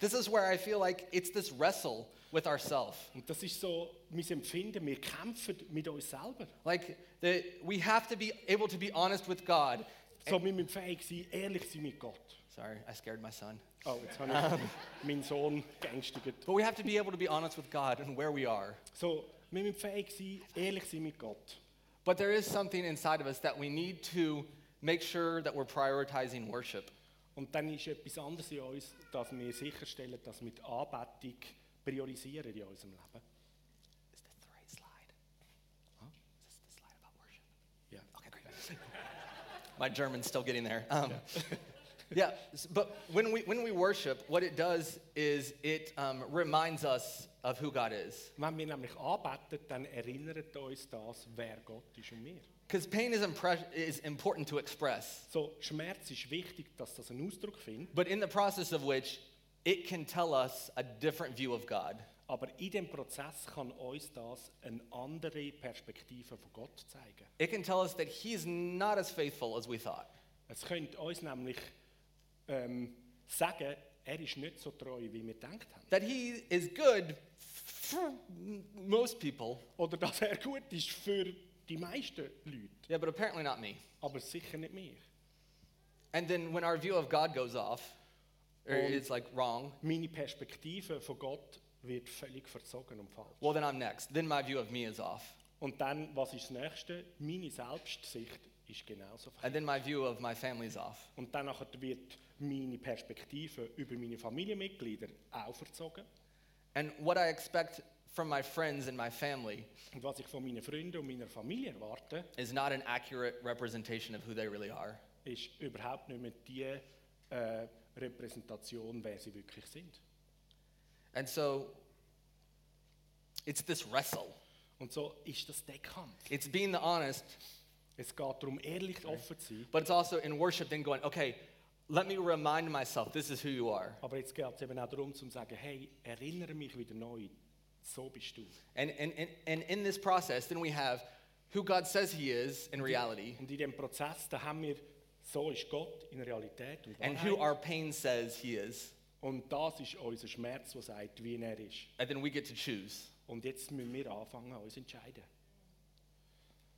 B: this is where I feel like it's this wrestle with ourself.
A: Und das ist so mein Empfinden. Wir kämpfen mit uns selber.
B: Like that we have to be able to be honest with God.
A: So, wir müssen fähig sein, ehrlich sein mit Gott.
B: Sorry, I scared my son.
A: Oh, jetzt habe ich meinen Sohn geängstigt.
B: But we have to be able to be honest with God and where we are.
A: So, wir müssen fähig sein, ehrlich sein mit Gott.
B: But there is something inside of us that we need to make sure that we're prioritizing worship.
A: Und dann ist etwas anderes in uns, dass wir sicherstellen, dass wir die Anbetung priorisieren in unserem Leben.
B: Is this the right slide? Is this the slide about worship?
A: Ja.
B: Okay, great. <laughs> My German's still getting there. Um, <laughs> yeah, s- but when we, when we worship, what it does is it um, reminds us of who God is.
A: Wenn wir nämlich anbeten, dann erinnert uns das, wer Gott ist und wir.
B: Because pain is, impre- is important to express,
A: So, Schmerz ist wichtig, dass das einen Ausdruck findet,
B: but in the process of which, it can tell us a different view of God.
A: aber in dem Prozess kann uns das eine andere Perspektive von Gott zeigen.
B: It can tell us that He's not as faithful as we thought.
A: Es könnte uns nämlich ähm, sagen, er ist nicht so treu, wie wir gedacht haben.
B: That He is good for m- most people.
A: Oder dass er gut ist für die meisten Leute,
B: Yeah, but apparently not me.
A: aber sicher nicht mir.
B: And then when our view of God goes off, or
A: Um,
B: it's like wrong,
A: Meine Perspektive von Gott wird völlig verzogen und falsch.
B: well, then I'm next. Then my view of me is off.
A: Und dann, was ist das Nächste? Meine Selbstsicht ist genauso falsch.
B: And then my view of my family is off.
A: Und dann nachher wird meine Perspektive über meine Familienmitglieder auch verzogen.
B: And what I expect from my friends and my family
A: Und was ich von meinen Freunden und meiner Familie erwarte,
B: is not an accurate representation of who they really are.
A: ist überhaupt nicht mehr die äh, Repräsentation, wer sie wirklich sind.
B: And so it's this wrestle.
A: Und so ist das der Kampf.
B: It's being the honest,
A: Es geht darum, ehrlich offen zu sein.
B: but it's also in worship then going, okay, let me remind myself this is who you are.
A: Aber jetzt geht es eben auch darum, zu sagen, hey, erinnere mich wieder neu, so bist du.
B: And, and, and, and in this process, then we have who God says He is in reality
A: Und in diesem Prozess, da haben wir, so ist Gott in Realität und
B: and who
A: Wahrheit.
B: our pain says He is.
A: Und das ist unser Schmerz, der sagt, wie er ist.
B: And then we get to choose.
A: Und jetzt müssen wir anfangen, uns zu entscheiden.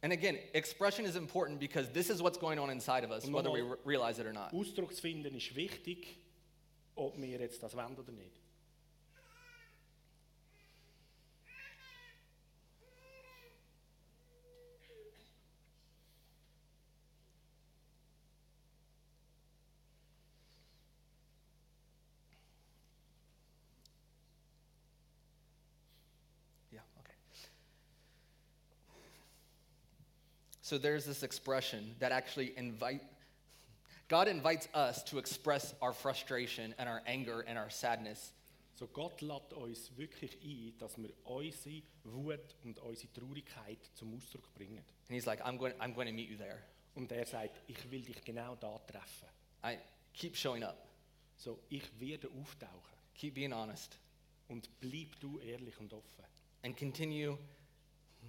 B: And again, expression is important because this is what's going on inside of us, whether we
A: Nochmal.
B: re- realize it or not.
A: Ausdruck zu finden ist wichtig, ob wir jetzt das wollen oder nicht.
B: Yeah, okay. So there's this expression that actually invite God invites us to express our frustration and our anger and our sadness.
A: So Gott lädt uns wirklich ein, dass wir unsere Wut und unsere Traurigkeit zum Ausdruck bringen.
B: And he's like, I'm going, I'm going to meet you there.
A: Und er sagt, ich will dich genau da treffen.
B: I keep showing up.
A: So, ich werde auftauchen.
B: Keep being honest.
A: Und bleib du ehrlich und offen.
B: And continue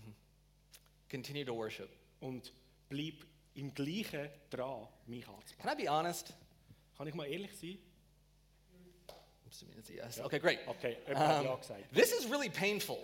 B: <laughs> continue to worship.
A: Und bleib im Gleichen dran, mich anzupassen.
B: Can I be honest?
A: Kann ich mal ehrlich sein?
B: I'm assuming it's a yes. Okay, great.
A: Okay, jemand hat
B: Um,
A: ja gesagt.
B: this is really painful.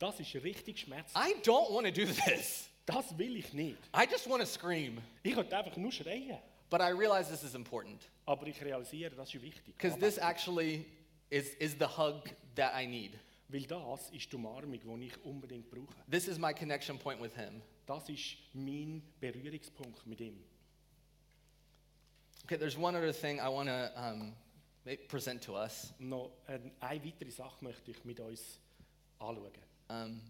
A: Das ist richtig schmerzhaft.
B: I don't want to do this.
A: Das will ich nicht.
B: I just want to scream.
A: Ich könnte einfach nur schreien.
B: But I realize this is important.
A: Aber ich realisiere, das ist wichtig.
B: Because this
A: Aber-
B: actually is, is the hug that I need.
A: Weil das ist die Umarmung, die ich unbedingt brauche.
B: This is my connection point with Him.
A: Das ist mein Berührungspunkt mit ihm.
B: Okay, there's one other thing I want to um, ma- present to us.
A: Und noch ein- eine weitere Sache möchte ich mit uns anschauen.
B: Um,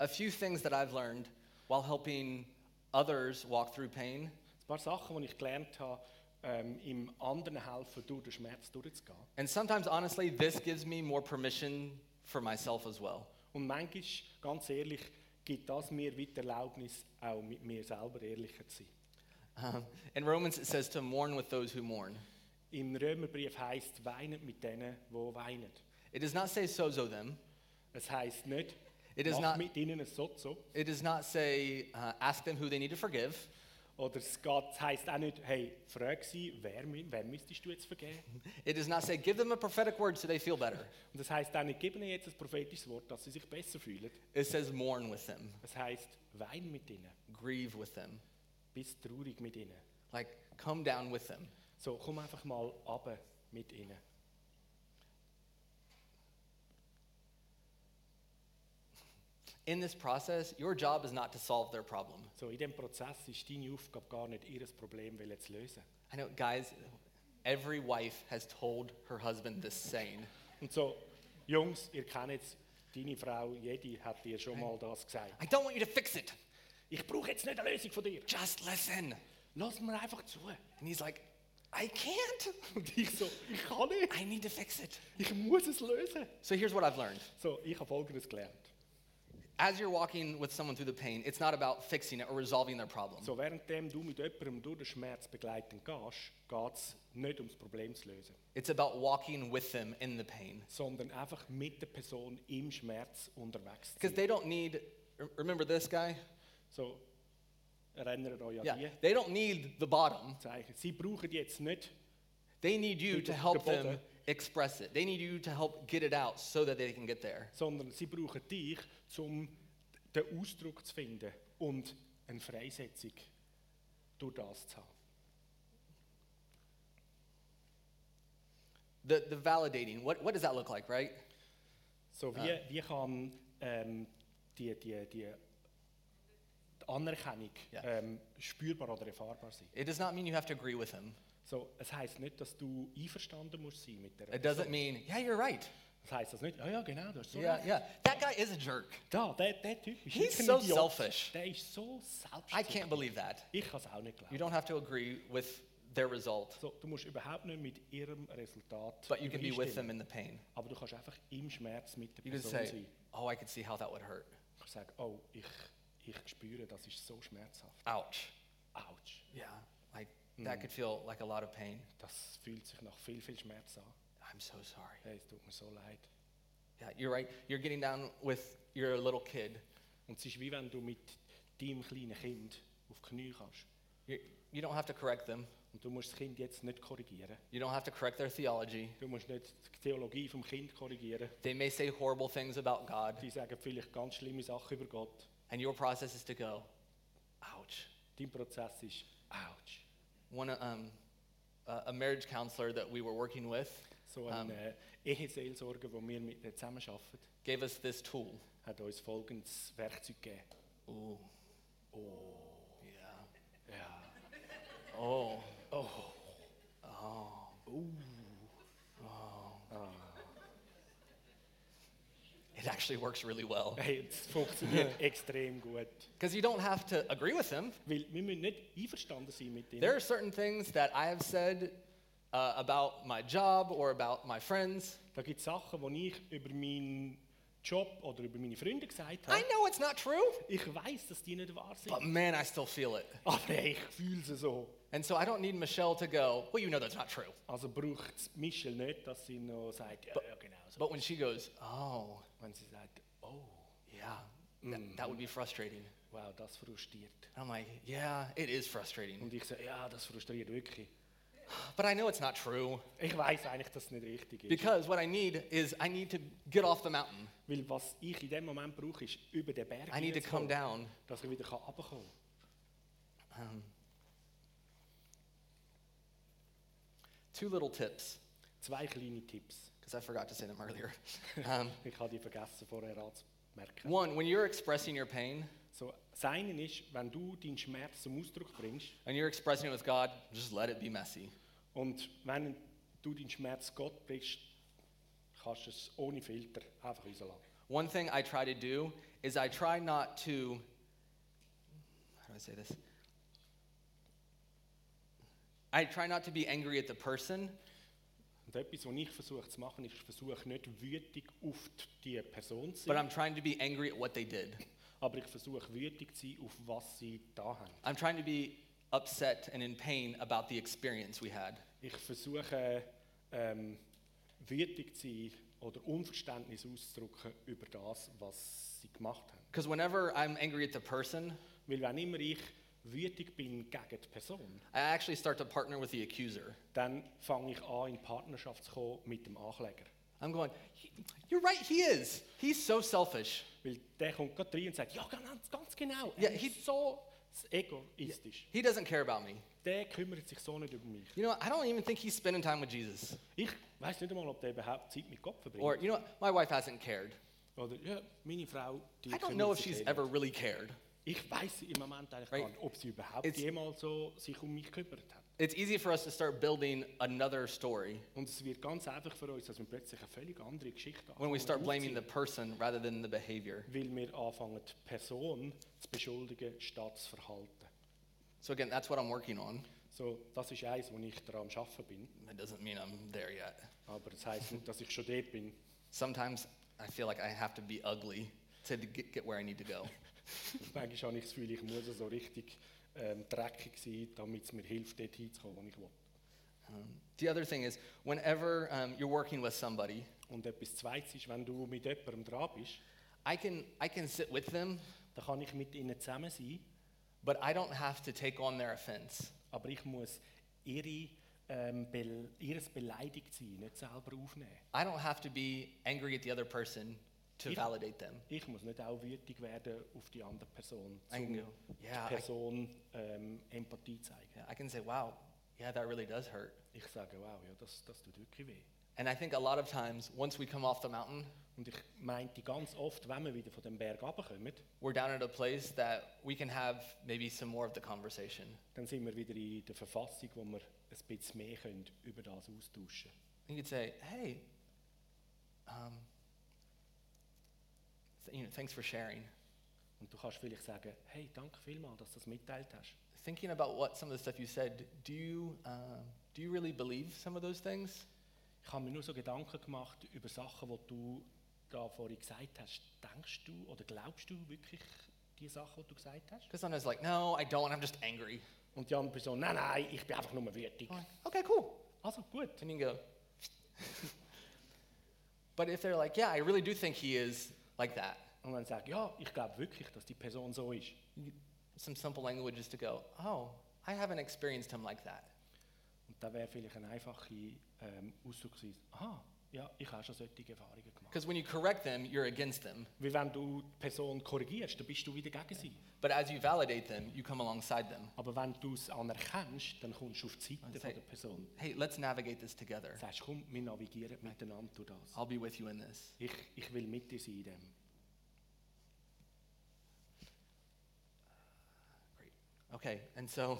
B: a few things that I've learned while helping others walk through pain
A: Ein paar Sachen, die ich gelernt habe, ähm, im anderen helfen, durch den Schmerz durchzugehen.
B: And sometimes, honestly, this gives me more permission for myself as well.
A: Und manchmal, ganz ehrlich, gibt das mir wieder Erlaubnis, auch mit mir selber ehrlicher zu sein.
B: Um, in Romans, it says to mourn with those who mourn.
A: Im Römerbrief heißt weinet mit denen, wo weinen.
B: It does not say sozo them.
A: Es heißt nicht,
B: It is
A: mach
B: not-
A: mit ihnen ein Sozo.
B: It does not say uh, ask them who they need to forgive.
A: Oder es, geht, es heisst auch nicht, hey, frag sie, wer, mü- wer müsstest du jetzt vergeben?
B: It does not say give them a prophetic word so they feel better.
A: Und es heisst auch nicht, gib ihnen jetzt ein prophetisches Wort, dass sie sich besser fühlen.
B: It says mourn with them,
A: Es heisst, wein mit ihnen,
B: grieve with them,
A: bist traurig mit ihnen.
B: like come down with them.
A: So, komm einfach mal runter mit ihnen.
B: In this process, your job is not to solve their problem.
A: So, in diesem Prozess ist deine Aufgabe gar nicht, ihr Problem wollen zu lösen.
B: I know, guys, every wife has told her husband this saying.
A: Und so, Jungs, ihr kennt es, deine Frau, jede hat dir schon mal das gesagt.
B: I don't want you to fix it.
A: Ich brauche jetzt nicht eine Lösung von dir.
B: Just listen.
A: Lass mir einfach zu.
B: And he's like, I can't. <laughs>
A: Und ich so, ich kann nicht.
B: I need to fix it.
A: Ich muss es lösen.
B: So here's what I've learned.
A: So, ich habe Folgendes gelernt.
B: As you're walking with someone through the pain, it's not about fixing it or resolving their problem.
A: So, währenddem du mit jemandem durch den Schmerz begleitend gehst, geht es nicht ums Problem zu lösen,
B: It's about walking with them in the pain.
A: sondern einfach mit der Person im Schmerz unterwegs zu
B: Because
A: sein.
B: they don't need, r- remember this guy?
A: So, erinnert euch an
B: Yeah.
A: die
B: They don't need the bottom.
A: Zeichen. Sie brauchen jetzt nicht
B: They need you
A: den
B: to help
A: Boden,
B: them express it. They need you to help get it out so that they can get there.
A: sondern sie brauchen dich, um den Ausdruck zu finden und eine Freisetzung durch das zu haben.
B: The, the validating, what, what does that look like, right?
A: So, wie,
B: Äh.
A: wie kann ähm, die, die, die die Anerkennung
B: Ja.
A: ähm, spürbar oder erfahrbar sein?
B: It does not mean you have to agree with them.
A: So, es heisst nicht, dass du einverstanden musst sein mit der
B: It doesn't mean, yeah, you're right.
A: Das heisst das nicht, ja, ja, genau, das ist so.
B: Yeah,
A: recht.
B: yeah. That guy is a jerk.
A: Da, der, der Typ ist
B: He's
A: wirklich ein
B: so
A: Idiot.
B: selfish.
A: Der ist so
B: I
A: selbstsüchtig.
B: can't believe that.
A: Ich kann es auch nicht
B: You
A: glauben.
B: don't have to agree with their result,
A: So, du musst überhaupt nicht mit ihrem Resultat
B: but you can be with
A: übereinstimmen.
B: them in the pain.
A: Aber du kannst einfach im Schmerz mit der
B: You can
A: Person
B: say,
A: sein.
B: oh, I could see how that would hurt.
A: Du kannst sagen, oh, ich, ich spüre, das ist so schmerzhaft.
B: Ouch.
A: Autsch,
B: Yeah, Hmm. like that could feel like a lot of pain.
A: das fühlt sich nach viel, viel Schmerz an.
B: I'm so sorry.
A: Hey, es tut mir so leid.
B: Yeah, you're right. You're getting down with your little kid.
A: Und es ist wie wenn du mit deinem kleinen Kind auf die Knie kannst.
B: You, you don't have to correct them.
A: Und du musst das Kind jetzt nicht korrigieren.
B: You don't have to correct their theology.
A: Du musst nicht die Theologie vom Kind korrigieren.
B: They may say horrible things about God,
A: Die sagen vielleicht ganz schlimme Sachen über Gott.
B: and your process is to go, ouch.
A: Dein Prozess ist, ouch.
B: One, uh, um, a- a marriage counselor that we were working with
A: So ein äh, Eheseelsorger, wo wir mit ihnen zusammenarbeiten,
B: gave us this tool.
A: hat uns folgendes Werkzeug gegeben.
B: Ooh. Oh. Yeah. Yeah. Oh. Oh. It actually works really well.
A: Hey, es funktioniert extrem gut.
B: Because you don't have to agree with them.
A: Weil wir müssen nicht einverstanden sein mit ihnen.
B: There are certain things that I have said uh, about my job or about my friends.
A: Da gibt es Sachen, die ich über meinen Job oder über meine Freunde gesagt
B: I
A: habe.
B: know it's not true,
A: Ich weiß, dass die nicht wahr sind.
B: but man, I still feel it.
A: Aber hey, ich fühle sie so.
B: And so I don't need Michelle to go, well, you know that's not true.
A: Also braucht es Michelle nicht, dass sie noch sagt, ja, ja genau so.
B: But when she goes, oh,
A: Wenn sie sagt, oh,
B: yeah, that, that would be frustrating.
A: wow, das frustriert.
B: And I'm like, yeah, it is frustrating.
A: Und ich sage, ja, das frustriert wirklich.
B: But I know it's not true.
A: Ich weiß eigentlich, dass es nicht richtig ist.
B: Because what I need is I need to get off the mountain.
A: Weil was ich in dem Moment brauche, ist über den Berg
B: I need to come
A: hineinzukommen,
B: down. Um,
A: dass ich wieder runterkommen kann.
B: Two little tips,
A: Zwei kleine Tipps.
B: because I forgot to say them earlier. <laughs> Um,
A: Ich habe die vergessen vorher anzumerken.
B: one, when you're expressing your pain
A: So, das eine ist, wenn du deinen Schmerz zum Ausdruck bringst
B: and you're expressing it with God, just let it be messy.
A: und wenn du deinen Schmerz Gott bringst, kannst du es ohne Filter einfach rauslassen.
B: One thing I try to do is I try not to, how do I say this? I try not to be angry at the person,
A: Und etwas, was ich versuche zu machen, ist, ich versuche nicht wütig auf die Person zu
B: but
A: sein,
B: I'm trying to be angry at what they did.
A: aber ich versuche wütig zu sein, auf was sie da haben.
B: I'm trying to be upset and in pain about the experience we had.
A: Ich versuche ähm, wütig zu sein oder Unverständnis auszudrücken über das, was sie gemacht haben.
B: Because whenever I'm angry at the person,
A: Weil wenn immer ich wütig bin gegen die Person,
B: I actually start to partner with the accuser.
A: dann fange ich an, in Partnerschaft zu kommen mit dem Ankläger.
B: I'm going, you're right, he is. He's so selfish.
A: Weil der kommt gerade rein und sagt, ja, ganz, ganz genau,
B: Ja,
A: er
B: he-
A: ist so egoistisch.
B: He doesn't care about me.
A: Der kümmert sich so nicht über mich.
B: You know, what? I don't even think he's spending time with Jesus.
A: Ich weiß nicht einmal, ob der überhaupt Zeit mit Gott verbringt.
B: Or, you know, what? my wife hasn't cared.
A: Oder, ja, meine Frau, die
B: I don't
A: kümmert
B: know if
A: sich
B: she's
A: eh nicht.
B: ever really cared.
A: Ich weiß im Moment eigentlich
B: Right.
A: gar nicht, ob sie überhaupt
B: It's-
A: jemals so sich um mich gekümmert hat.
B: It's easy for us to start building another story
A: Und es wird ganz einfach für uns, dass wir plötzlich eine völlig andere Geschichte
B: when we
A: anfangen
B: start blaming the
A: aufzuziehen,
B: person rather than the behavior.
A: Weil wir anfangen, die Person zu beschuldigen, statt das Verhalten.
B: So, again, that's what I'm working on.
A: So, das ist eins, wo ich daran am Arbeiten bin.
B: That doesn't mean I'm there yet.
A: Aber das heisst nicht, dass ich schon dort bin.
B: Sometimes I feel like I have to be ugly to get, get where I need to go.
A: Manchmal habe ich das Gefühl, ich muss so richtig ähm, dreckig sein, damit es mir hilft, dort hinzukommen, wo ich will.
B: Um, the other thing is, whenever um, you're working with somebody,
A: Und etwas Zweites ist, wenn du mit jemandem dran bist,
B: I can, I can sit with them,
A: dann kann ich mit ihnen zusammen sein,
B: but I don't have to take on their offense.
A: aber ich muss ihre ähm, bel ihres Beleidigtsein nicht selber aufnehmen.
B: I don't have to be angry at the other person to
A: Yeah.
B: validate them.
A: Ich muss nicht auch wütig werden auf die andere Person,
B: I can
A: um
B: go, yeah,
A: der
B: I,
A: Person ähm, Empathie zeigen.
B: yeah, I can say, wow, yeah, that really does hurt.
A: Ich sage, wow, ja, das, das tut wirklich weh.
B: And I think a lot of times, once we come off the mountain,
A: Und ich meinte ganz oft, wenn wir wieder von dem Berg runterkommen,
B: we're down at a place that we can have maybe some more of the conversation.
A: dann sind wir wieder in der Verfassung, wo wir ein bisschen mehr können über das austauschen
B: You could say, hey, um, th- you know, thanks for sharing.
A: Und du kannst vielleicht sagen, hey, danke vielmals, dass du das mitteilt hast.
B: Thinking about what some of the stuff you said, do you, uh, do you really believe some of those things?
A: Ich habe mir nur so Gedanken gemacht über Sachen, die du da vorhin gesagt hast. Denkst du oder glaubst du wirklich die Sachen, die du gesagt hast?
B: Because sometimes, like, no, I don't, I'm just angry.
A: Und die andere Person, nein, nein, ich bin einfach nur wütig.
B: I'm like, okay, cool.
A: Also gut.
B: And you can go, <laughs> but if they're like, yeah, I really do think he is like that,
A: Und dann sag ja, ich glaube wirklich, dass die Person so ist.
B: some simple language is to go, oh, I haven't experienced him like that.
A: Und da wäre vielleicht ein einfacher ähm, Ausdruck gewesen. Aha, ja, ich habe schon solche Erfahrungen gemacht.
B: Because when you correct them, you're against them.
A: Wie wenn du die Person korrigierst, dann bist du wieder gegen sie.
B: But as you validate them, you come alongside them.
A: Aber wenn du es anerkennst, dann kommst du auf die Seite
B: Und
A: von
B: sei-
A: der Person.
B: Hey, let's navigate this together.
A: Sagst, komm, wir navigieren miteinander durch das.
B: I'll be with you in this.
A: Ich, ich will mit dir sein in dem.
B: Great. Okay, and so,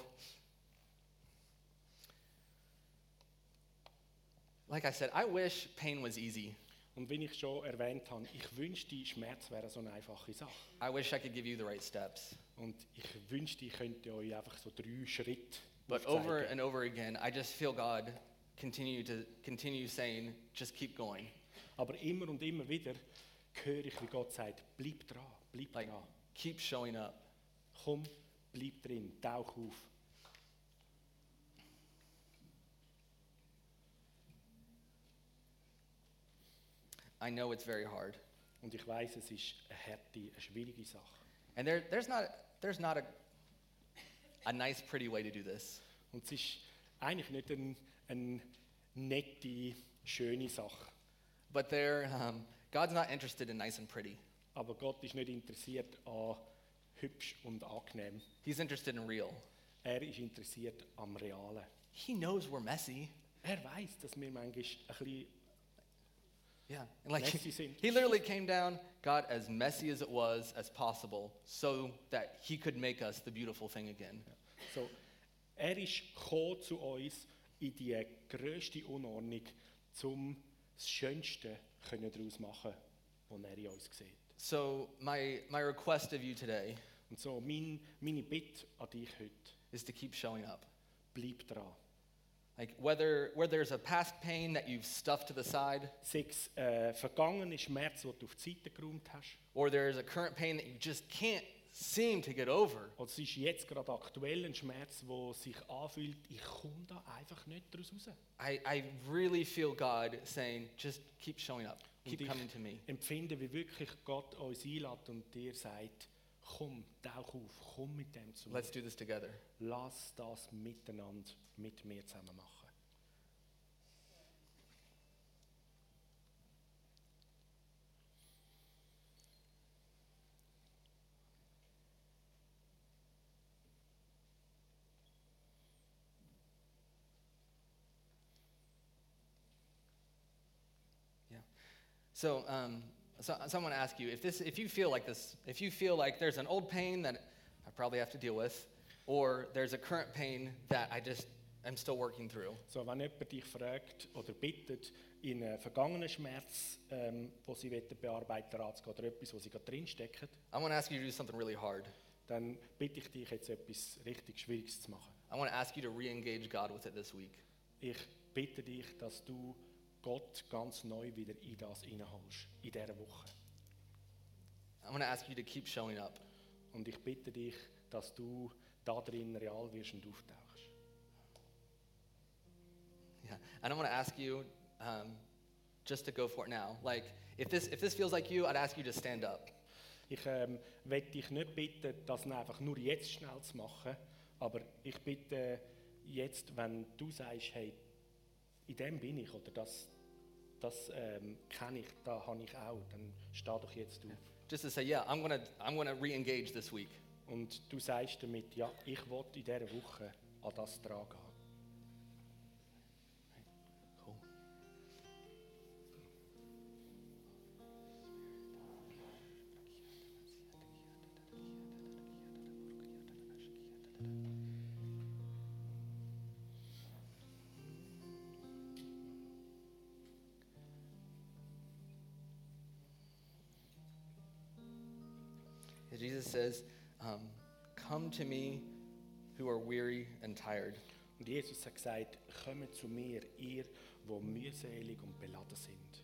B: like I said, I wish pain was easy.
A: Und wie ich schon erwähnt habe, ich wünschte, Schmerz wäre so eine einfache Sache.
B: I wish I could give you the right steps.
A: Und ich wünschte, ich könnte euch einfach so drei Schritte
B: But
A: aufzeigen.
B: over and over again, I just feel God continue to continue saying, just keep going.
A: Aber immer und immer wieder höre ich, wie Gott sagt, bleib dran, bleib
B: Like,
A: dran.
B: keep showing up.
A: Komm, bleib drin, tauch auf.
B: I know it's very hard.
A: Und ich weiß, es ist eine harte, eine schwierige Sache.
B: And there, there's not, there's not a, a nice, pretty way to do this.
A: Und es ist eigentlich nicht eine, eine nette, schöne Sache.
B: But there, um, God's not interested in nice and pretty.
A: Aber Gott ist nicht interessiert an hübsch und angenehm.
B: He's interested in real.
A: Er ist interessiert am Realen.
B: He knows we're messy.
A: Er weiß, dass wir manchmal ein bisschen.
B: Yeah. And like
A: Messy sin.
B: he literally came down, got as messy as it was as possible, so that he could make us the beautiful thing again.
A: So, er ist gekommen zu uns in die grösste Unordnung, um das Schönste können daraus machen, was er in uns sieht.
B: So my my request of you today
A: Und so, mein, meine Bitte an dich heute,
B: is to keep showing up.
A: bleib dran.
B: Like whether where there's a past pain that you've stuffed to the side,
A: Sei es äh, vergangene Schmerz, den du auf die Seite geräumt hast,
B: or there's a current pain that you just can't seem to get over.
A: oder Also, es ist jetzt gerade aktuell ein Schmerz, der sich anfühlt, ich komme da einfach nicht daraus raus.
B: I, I really feel God saying, just keep showing up.
A: Und
B: Keep
A: ich
B: coming to me.
A: empfinde, wie wirklich Gott uns einlädt und dir sagt, komm, tauch auf, komm mit dem zu mir.
B: Let's do this together.
A: Lass das miteinander mit mir zusammen machen.
B: So, um, so, so I want to ask you if this, if you feel like this, if you feel like there's an old pain that I probably have to deal with, or there's a current pain that I just am still working through.
A: So, wenn jemand dich fragt oder bittet, in einen vergangenen Schmerz, ähm, wo sie wollen bearbeiten wollen, oder etwas, wo sie gerade drinstecken,
B: I want to ask you to do something really hard.
A: dann bitte ich dich jetzt etwas richtig Schwieriges zu machen.
B: I want to ask you to re-engage God with it this week.
A: Ich bitte dich, dass du Gott ganz neu wieder in das hineinholst, in dieser Woche.
B: I want to ask you to keep showing up.
A: Und ich bitte dich, dass du da drin real wirst und auftauchst.
B: Yeah. And I want to ask you um, just to go for it now. Like if this if this feels like you, I'd ask you to stand up.
A: Ich ähm, will dich nicht bitten, das einfach nur jetzt schnell zu machen, aber ich bitte jetzt, wenn du sagst, hey, in dem bin ich oder das, das ähm, kenne ich, da habe ich auch, dann steh doch jetzt auf.
B: Just to say, yeah, I'm gonna I'm gonna re-engage this week.
A: Und du sagst damit, ja, ich will in dieser Woche an das dran gehen. Cool.
B: And Jesus says, um, "Come to me, who are weary and tired,
A: Und Jesus hat gesagt, kommt zu mir, ihr, wo mühselig und beladen sind.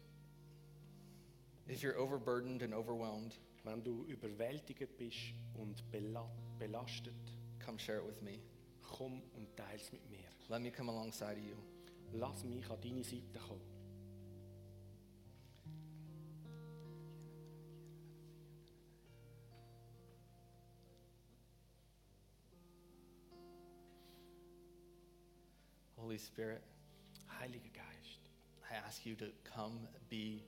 B: if you're overburdened and overwhelmed."
A: Wenn du überwältigt bist und bela- belastet,
B: come share it with me.
A: komm und teils mit mir.
B: Let me come alongside of you.
A: Lass mich an deine Seite kommen.
B: Holy Spirit,
A: Heiliger Geist.
B: I ask you to come be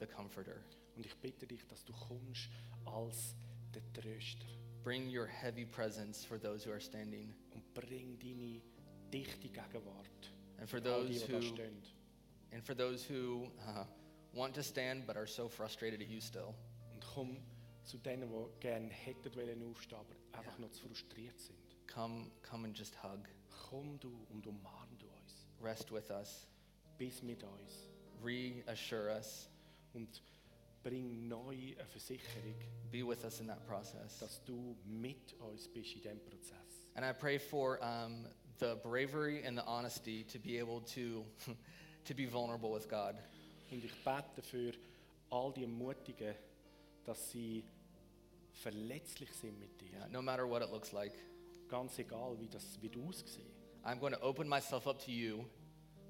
B: the comforter.
A: Und ich bitte dich, dass du kommst als der Tröster
B: Bring your heavy presence for those who are standing
A: und bring deine dichte Gegenwart
B: and for
A: für all die,
B: those
A: die
B: who
A: da stehen.
B: and for those who uh, want to stand but are so frustrated at you still.
A: Und komm zu denen, die gerne hätten wollen aufstehen, aber einfach noch zu frustriert sind.
B: Come come and just hug.
A: Komm du und umarm du uns.
B: Rest with us.
A: Bist mit uns.
B: Reassure us.
A: Und bring neu eine Versicherung,
B: Be with us in that process.
A: dass du mit uns bist in diesem Prozess.
B: And I pray for um, the bravery and the honesty to be able to <laughs> to be vulnerable with God.
A: Und ich bete für all die Mutigen, dass sie verletzlich sind mit dir.
B: Yeah, no matter what it looks like.
A: Ganz egal, wie das wird aussehen.
B: I'm going to open myself up to you,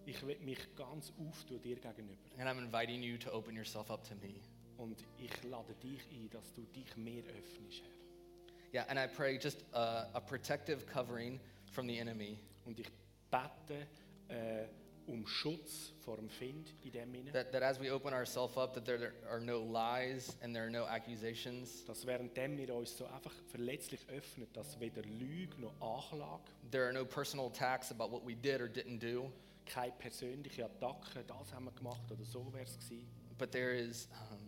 A: Ich will mich ganz auftun dir gegenüber.
B: and I'm inviting you to open yourself up to me.
A: Und ich lade dich ein, dass du dich mehr öffnest, Herr.
B: Yeah, and I pray just uh, a protective covering from the enemy,
A: Und ich bete äh, um Schutz vor dem Find in dem Sinne,
B: that, that as we open ourselves up, that there, there are no lies and there are no accusations.
A: dass währenddem wir uns so einfach verletzlich öffnen, dass weder Lüge noch Anklage,
B: There are no personal attacks about what we did or didn't do,
A: keine persönliche Attacke, das haben wir gemacht oder so wäre es gewesen.
B: but there is um,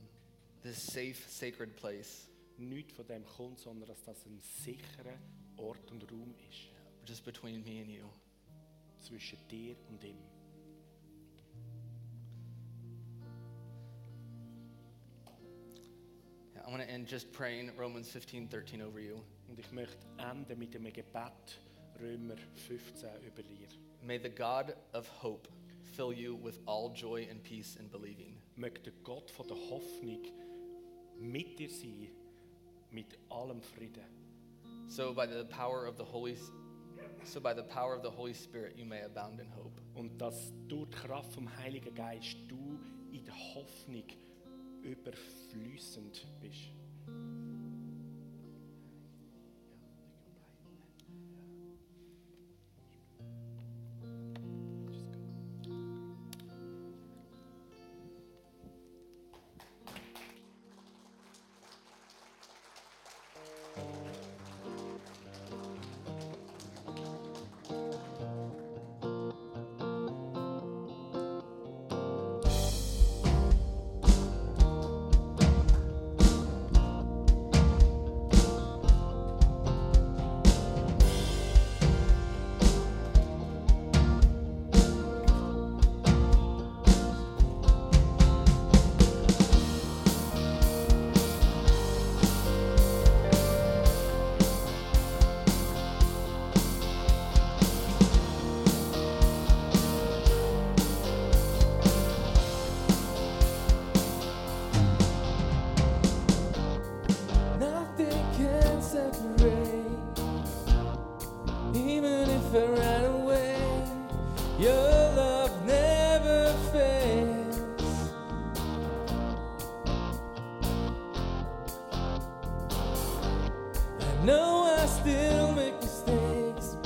B: this safe, sacred place
A: Nichts von dem kommt, sondern dass das ein sicherer Ort und Raum ist
B: just between me and you.
A: zwischen dir und ihm.
B: Yeah, I want to end just praying Romans 15:13 over you.
A: Und ich möchte enden mit einem Gebet Römer 15 über dir.
B: May the God of hope fill you with all joy and peace in believing.
A: Möge der Gott von der Hoffnung mit dir sein, mit allem Frieden,
B: So by the power of the Holy so by the power of the Holy Spirit you may abound in hope.
A: und dass durch die Kraft vom Heiligen Geist du in der Hoffnung überflüssend bist.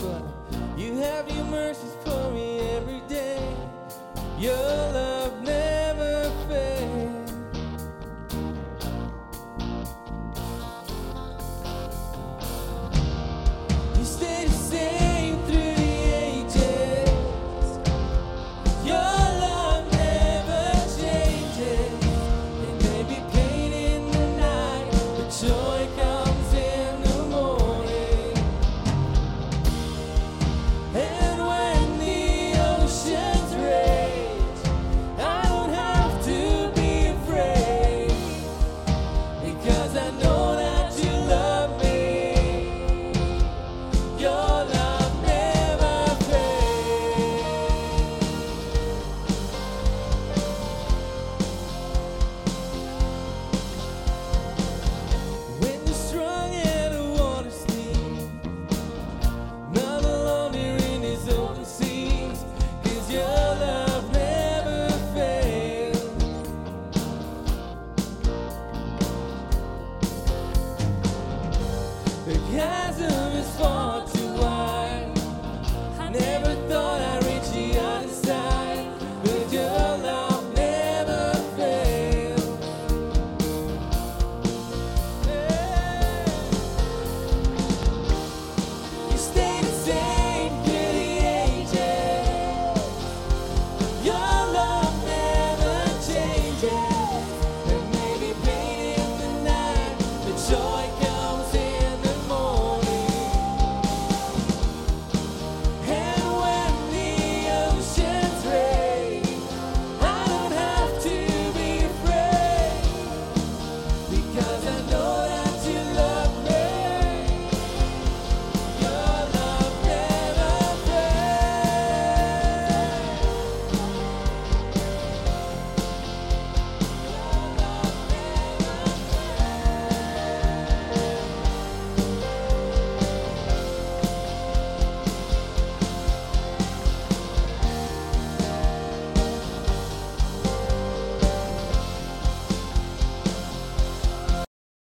C: of your mercies for me every day. Your love never fails. You stay the same through the ages. Your love never changes. It may be pain in the night, but joy comes in the morning. And when the oceans rage, I don't have to be afraid because I know that you love me. Your love never fails. When the strong and the water sleep, not alone here in his own seas, 'cause your love never fails. The chasm is far too wide. I never thought.